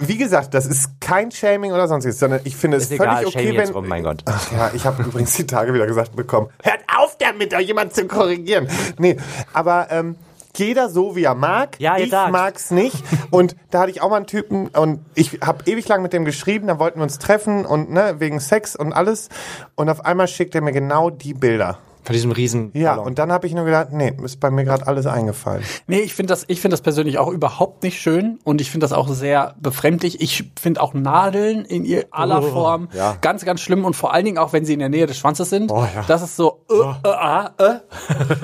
Speaker 2: wie gesagt, das ist kein Shaming oder sonstiges, sondern ich finde es
Speaker 3: Ist
Speaker 2: völlig
Speaker 3: egal, shame
Speaker 2: okay,
Speaker 3: jetzt
Speaker 2: wenn. Ah.
Speaker 3: rum, mein Gott.
Speaker 2: Ach ja, ich habe übrigens die Tage wieder gesagt bekommen, hört auf damit, da jemand zu korrigieren. Nee, aber ähm, jeder so, wie er mag.
Speaker 3: Ja, ihr
Speaker 2: ich
Speaker 3: sagt.
Speaker 2: mag's nicht. Und da hatte ich auch mal einen Typen und ich habe ewig lang mit dem geschrieben, dann wollten wir uns treffen und ne, wegen Sex und alles. Und auf einmal schickt er mir genau die Bilder.
Speaker 3: Von diesem riesen
Speaker 2: Ja,
Speaker 3: Ballon.
Speaker 2: und dann habe ich nur gedacht, nee, ist bei mir gerade alles eingefallen.
Speaker 1: Nee, ich finde das, ich finde das persönlich auch überhaupt nicht schön und ich finde das auch sehr befremdlich. Ich finde auch Nadeln in ihr aller Form
Speaker 3: Oh, ja.
Speaker 1: ganz, ganz schlimm und vor allen Dingen auch, wenn sie in der Nähe des Schwanzes sind.
Speaker 3: Oh, ja.
Speaker 1: Das ist so, äh, äh, ah, äh,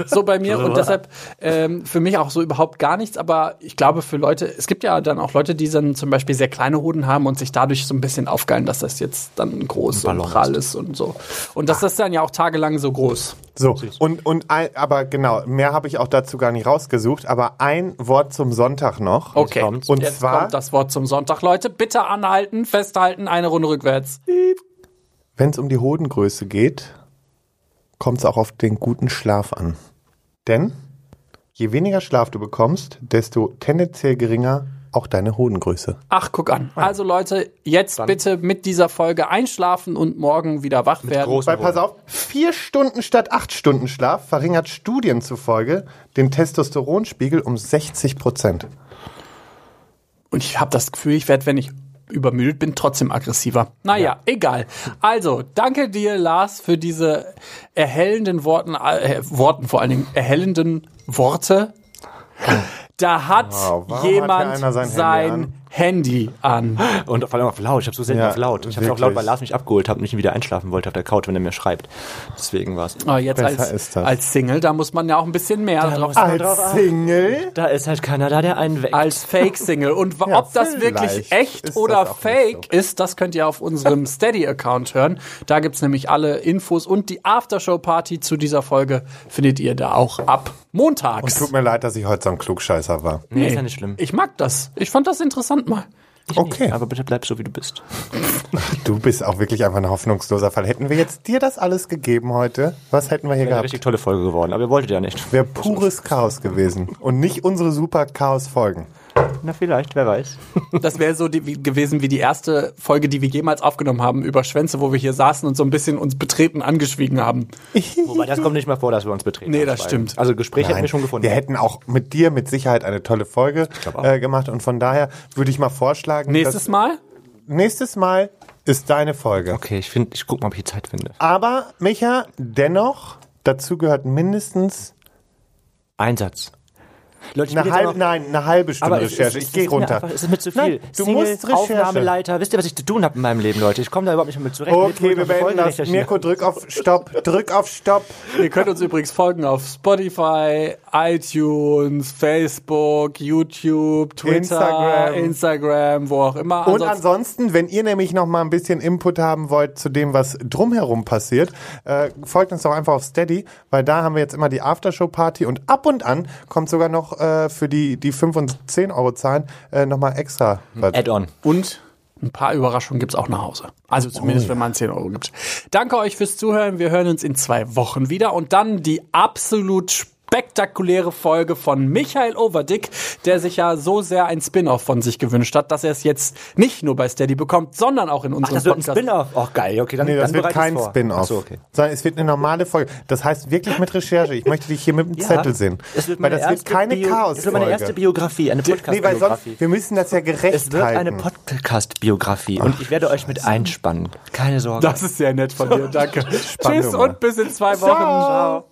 Speaker 1: so bei mir und deshalb ähm, für mich auch so überhaupt gar nichts. Aber ich glaube, für Leute, es gibt ja dann auch Leute, die dann zum Beispiel sehr kleine Hoden haben und sich dadurch so ein bisschen aufgeilen, dass das jetzt dann groß und
Speaker 3: Ballon Ah.
Speaker 1: prall ist und so. Und das ist dann ja auch tagelang so groß.
Speaker 2: So, und, und ein, aber genau, mehr habe ich auch dazu gar nicht rausgesucht, aber ein Wort zum Sonntag noch.
Speaker 1: Okay.
Speaker 3: kommt's.
Speaker 2: Und
Speaker 1: Jetzt
Speaker 2: zwar,
Speaker 1: kommt das Wort zum Sonntag. Leute, bitte anhalten, festhalten, eine Runde rückwärts.
Speaker 2: wenn es um die Hodengröße geht, kommt es auch auf den guten Schlaf an. Denn je weniger Schlaf du bekommst, desto tendenziell geringer auch deine Hodengröße.
Speaker 1: Ach, guck an.
Speaker 2: Ah.
Speaker 1: Also Leute, jetzt bitte mit dieser Folge einschlafen und morgen wieder wach werden.
Speaker 3: großen
Speaker 2: Weil, pass auf,
Speaker 3: Hoden.
Speaker 2: vier Stunden statt acht Stunden Schlaf verringert Studien zufolge den Testosteronspiegel um 60 Prozent.
Speaker 1: Und ich habe das Gefühl, ich werde, wenn ich übermüdet bin, trotzdem aggressiver. Naja, egal. Also, danke dir, Lars, für diese erhellenden Worten, äh, Worten vor allen Dingen, erhellenden Worte. Da hat
Speaker 2: Wow, warum hat hier
Speaker 1: jemand
Speaker 2: einer sein Handy
Speaker 1: sein Handy an.
Speaker 3: Und vor allem auf laut. Ich habe so selten
Speaker 2: Ja,
Speaker 3: auf laut. Ich habe auch
Speaker 2: wirklich.
Speaker 3: laut, weil Lars mich abgeholt hat und ich wieder einschlafen wollte auf der Couch, wenn er mir schreibt. Deswegen war's.
Speaker 1: Ah, jetzt
Speaker 2: Besser
Speaker 1: als,
Speaker 2: ist das.
Speaker 1: als Single, da muss man ja auch ein bisschen mehr drauf
Speaker 2: Als Single?
Speaker 3: Da ist halt keiner da, der einen weckt.
Speaker 1: als Fake-Single. Und wa-
Speaker 2: Ja,
Speaker 1: ob das
Speaker 2: vielleicht
Speaker 1: wirklich echt
Speaker 2: ist
Speaker 1: oder
Speaker 2: das auch
Speaker 1: fake
Speaker 2: nicht
Speaker 1: ist, das könnt ihr auf unserem Steady-Account hören. Da gibt's nämlich alle Infos und die Aftershow-Party zu dieser Folge findet ihr da auch ab montags.
Speaker 2: Tut mir leid, dass ich heute so ein Klugscheißer war.
Speaker 3: nee, ist ja nicht schlimm.
Speaker 1: Ich mag das. Ich fand das interessant mal.
Speaker 2: Okay.
Speaker 3: Aber bitte bleib so, wie du bist.
Speaker 2: Du bist auch wirklich einfach ein hoffnungsloser Fall. Hätten wir jetzt dir das alles gegeben heute, was hätten wir hier
Speaker 3: Wäre eine
Speaker 2: gehabt?
Speaker 3: richtig tolle Folge geworden, aber ihr wolltet ja nicht.
Speaker 2: Wäre pures Chaos gewesen. Und nicht unsere super Chaos-Folgen.
Speaker 3: Na, vielleicht, wer weiß.
Speaker 1: Das wäre so die, wie, gewesen wie die erste Folge, die wir jemals aufgenommen haben über Schwänze, wo wir hier saßen und so ein bisschen uns betreten angeschwiegen haben.
Speaker 3: Wobei, das kommt nicht mal vor, dass wir uns betreten.
Speaker 1: Nee, das
Speaker 3: haben.
Speaker 1: stimmt.
Speaker 3: Also, Gespräch hätten wir schon gefunden.
Speaker 2: Wir hätten auch mit dir mit Sicherheit eine tolle Folge
Speaker 3: auch.
Speaker 2: äh, gemacht. Und von daher würde ich mal vorschlagen,
Speaker 1: Nächstes Mal?
Speaker 2: dass nächstes Mal ist deine Folge.
Speaker 3: okay, ich, find, ich guck mal, ob ich die Zeit finde.
Speaker 2: Aber, Micha, dennoch, dazu gehört mindestens
Speaker 3: Einsatz. Leute, ich
Speaker 2: eine halbe, nein, eine halbe Stunde
Speaker 3: Aber es-
Speaker 2: Recherche.
Speaker 3: es-
Speaker 2: ich
Speaker 3: es
Speaker 2: gehe
Speaker 3: ist mir
Speaker 2: runter.
Speaker 3: Einfach, es ist mir zu viel.
Speaker 2: Nein, du
Speaker 3: Single,
Speaker 2: musst Recherche.
Speaker 3: Aufnahmeleiter. Wisst ihr, was ich zu tun habe in meinem Leben, Leute? Ich komme da überhaupt nicht mehr mit zurecht. Jetzt muss
Speaker 2: Okay,
Speaker 3: ich noch
Speaker 2: wir
Speaker 3: die
Speaker 2: beenden
Speaker 3: Folge
Speaker 2: das.
Speaker 3: recherchieren.
Speaker 2: Mirko, drück auf Stopp. Drück auf Stopp.
Speaker 1: Ihr könnt uns übrigens folgen auf Spotify, iTunes, Facebook, YouTube, Twitter, Instagram,
Speaker 2: Instagram.
Speaker 1: wo auch immer.
Speaker 2: Und ansonsten, wenn ihr nämlich noch mal ein bisschen Input haben wollt zu dem, was drumherum passiert, äh, folgt uns doch einfach auf Steady, weil da haben wir jetzt immer die Aftershow-Party und ab und an kommt sogar noch äh, für die, die 5 und 10 Euro zahlen äh, noch mal extra. was.
Speaker 3: Add-on.
Speaker 1: Und ein paar Überraschungen gibt's auch nach Hause. Also zumindest,
Speaker 3: Oh.
Speaker 1: wenn man 10 Euro gibt. Danke euch fürs Zuhören. Wir hören uns in zwei Wochen wieder. Und dann die absolut spektakuläre Folge von Michael Overdick, der sich ja so sehr ein Spin-off von sich gewünscht hat, dass er es jetzt nicht nur bei Steady bekommt, sondern auch in
Speaker 3: Ach,
Speaker 1: unserem
Speaker 3: das wird ein
Speaker 1: Podcast.
Speaker 3: Spin-off. Ach, geil. Okay, dann,
Speaker 2: Nee, das
Speaker 3: dann
Speaker 2: wird
Speaker 3: bereite ich's
Speaker 2: kein
Speaker 3: vor.
Speaker 2: Spin-off.
Speaker 3: Ach so, okay.
Speaker 2: Sondern es wird eine normale Folge. Das heißt wirklich mit Recherche. Ich möchte dich hier mit dem Zettel sehen.
Speaker 3: Es wird
Speaker 2: Weil
Speaker 3: meine
Speaker 2: das wird
Speaker 3: erste
Speaker 2: keine
Speaker 3: Bio- Es wird meine erste
Speaker 2: Chaos-Folge.
Speaker 3: Biografie, eine
Speaker 2: Nee, weil
Speaker 3: Podcast-Biografie.
Speaker 2: sonst, wir müssen das ja gerecht
Speaker 3: es wird eine
Speaker 2: halten.
Speaker 3: Podcast-Biografie und ich werde euch mit einspannen. Keine Sorge.
Speaker 1: Das ist sehr nett von dir. Danke. Tschüss
Speaker 2: Nummer.
Speaker 1: und bis in zwei Wochen.
Speaker 2: Ciao.
Speaker 1: Ciao.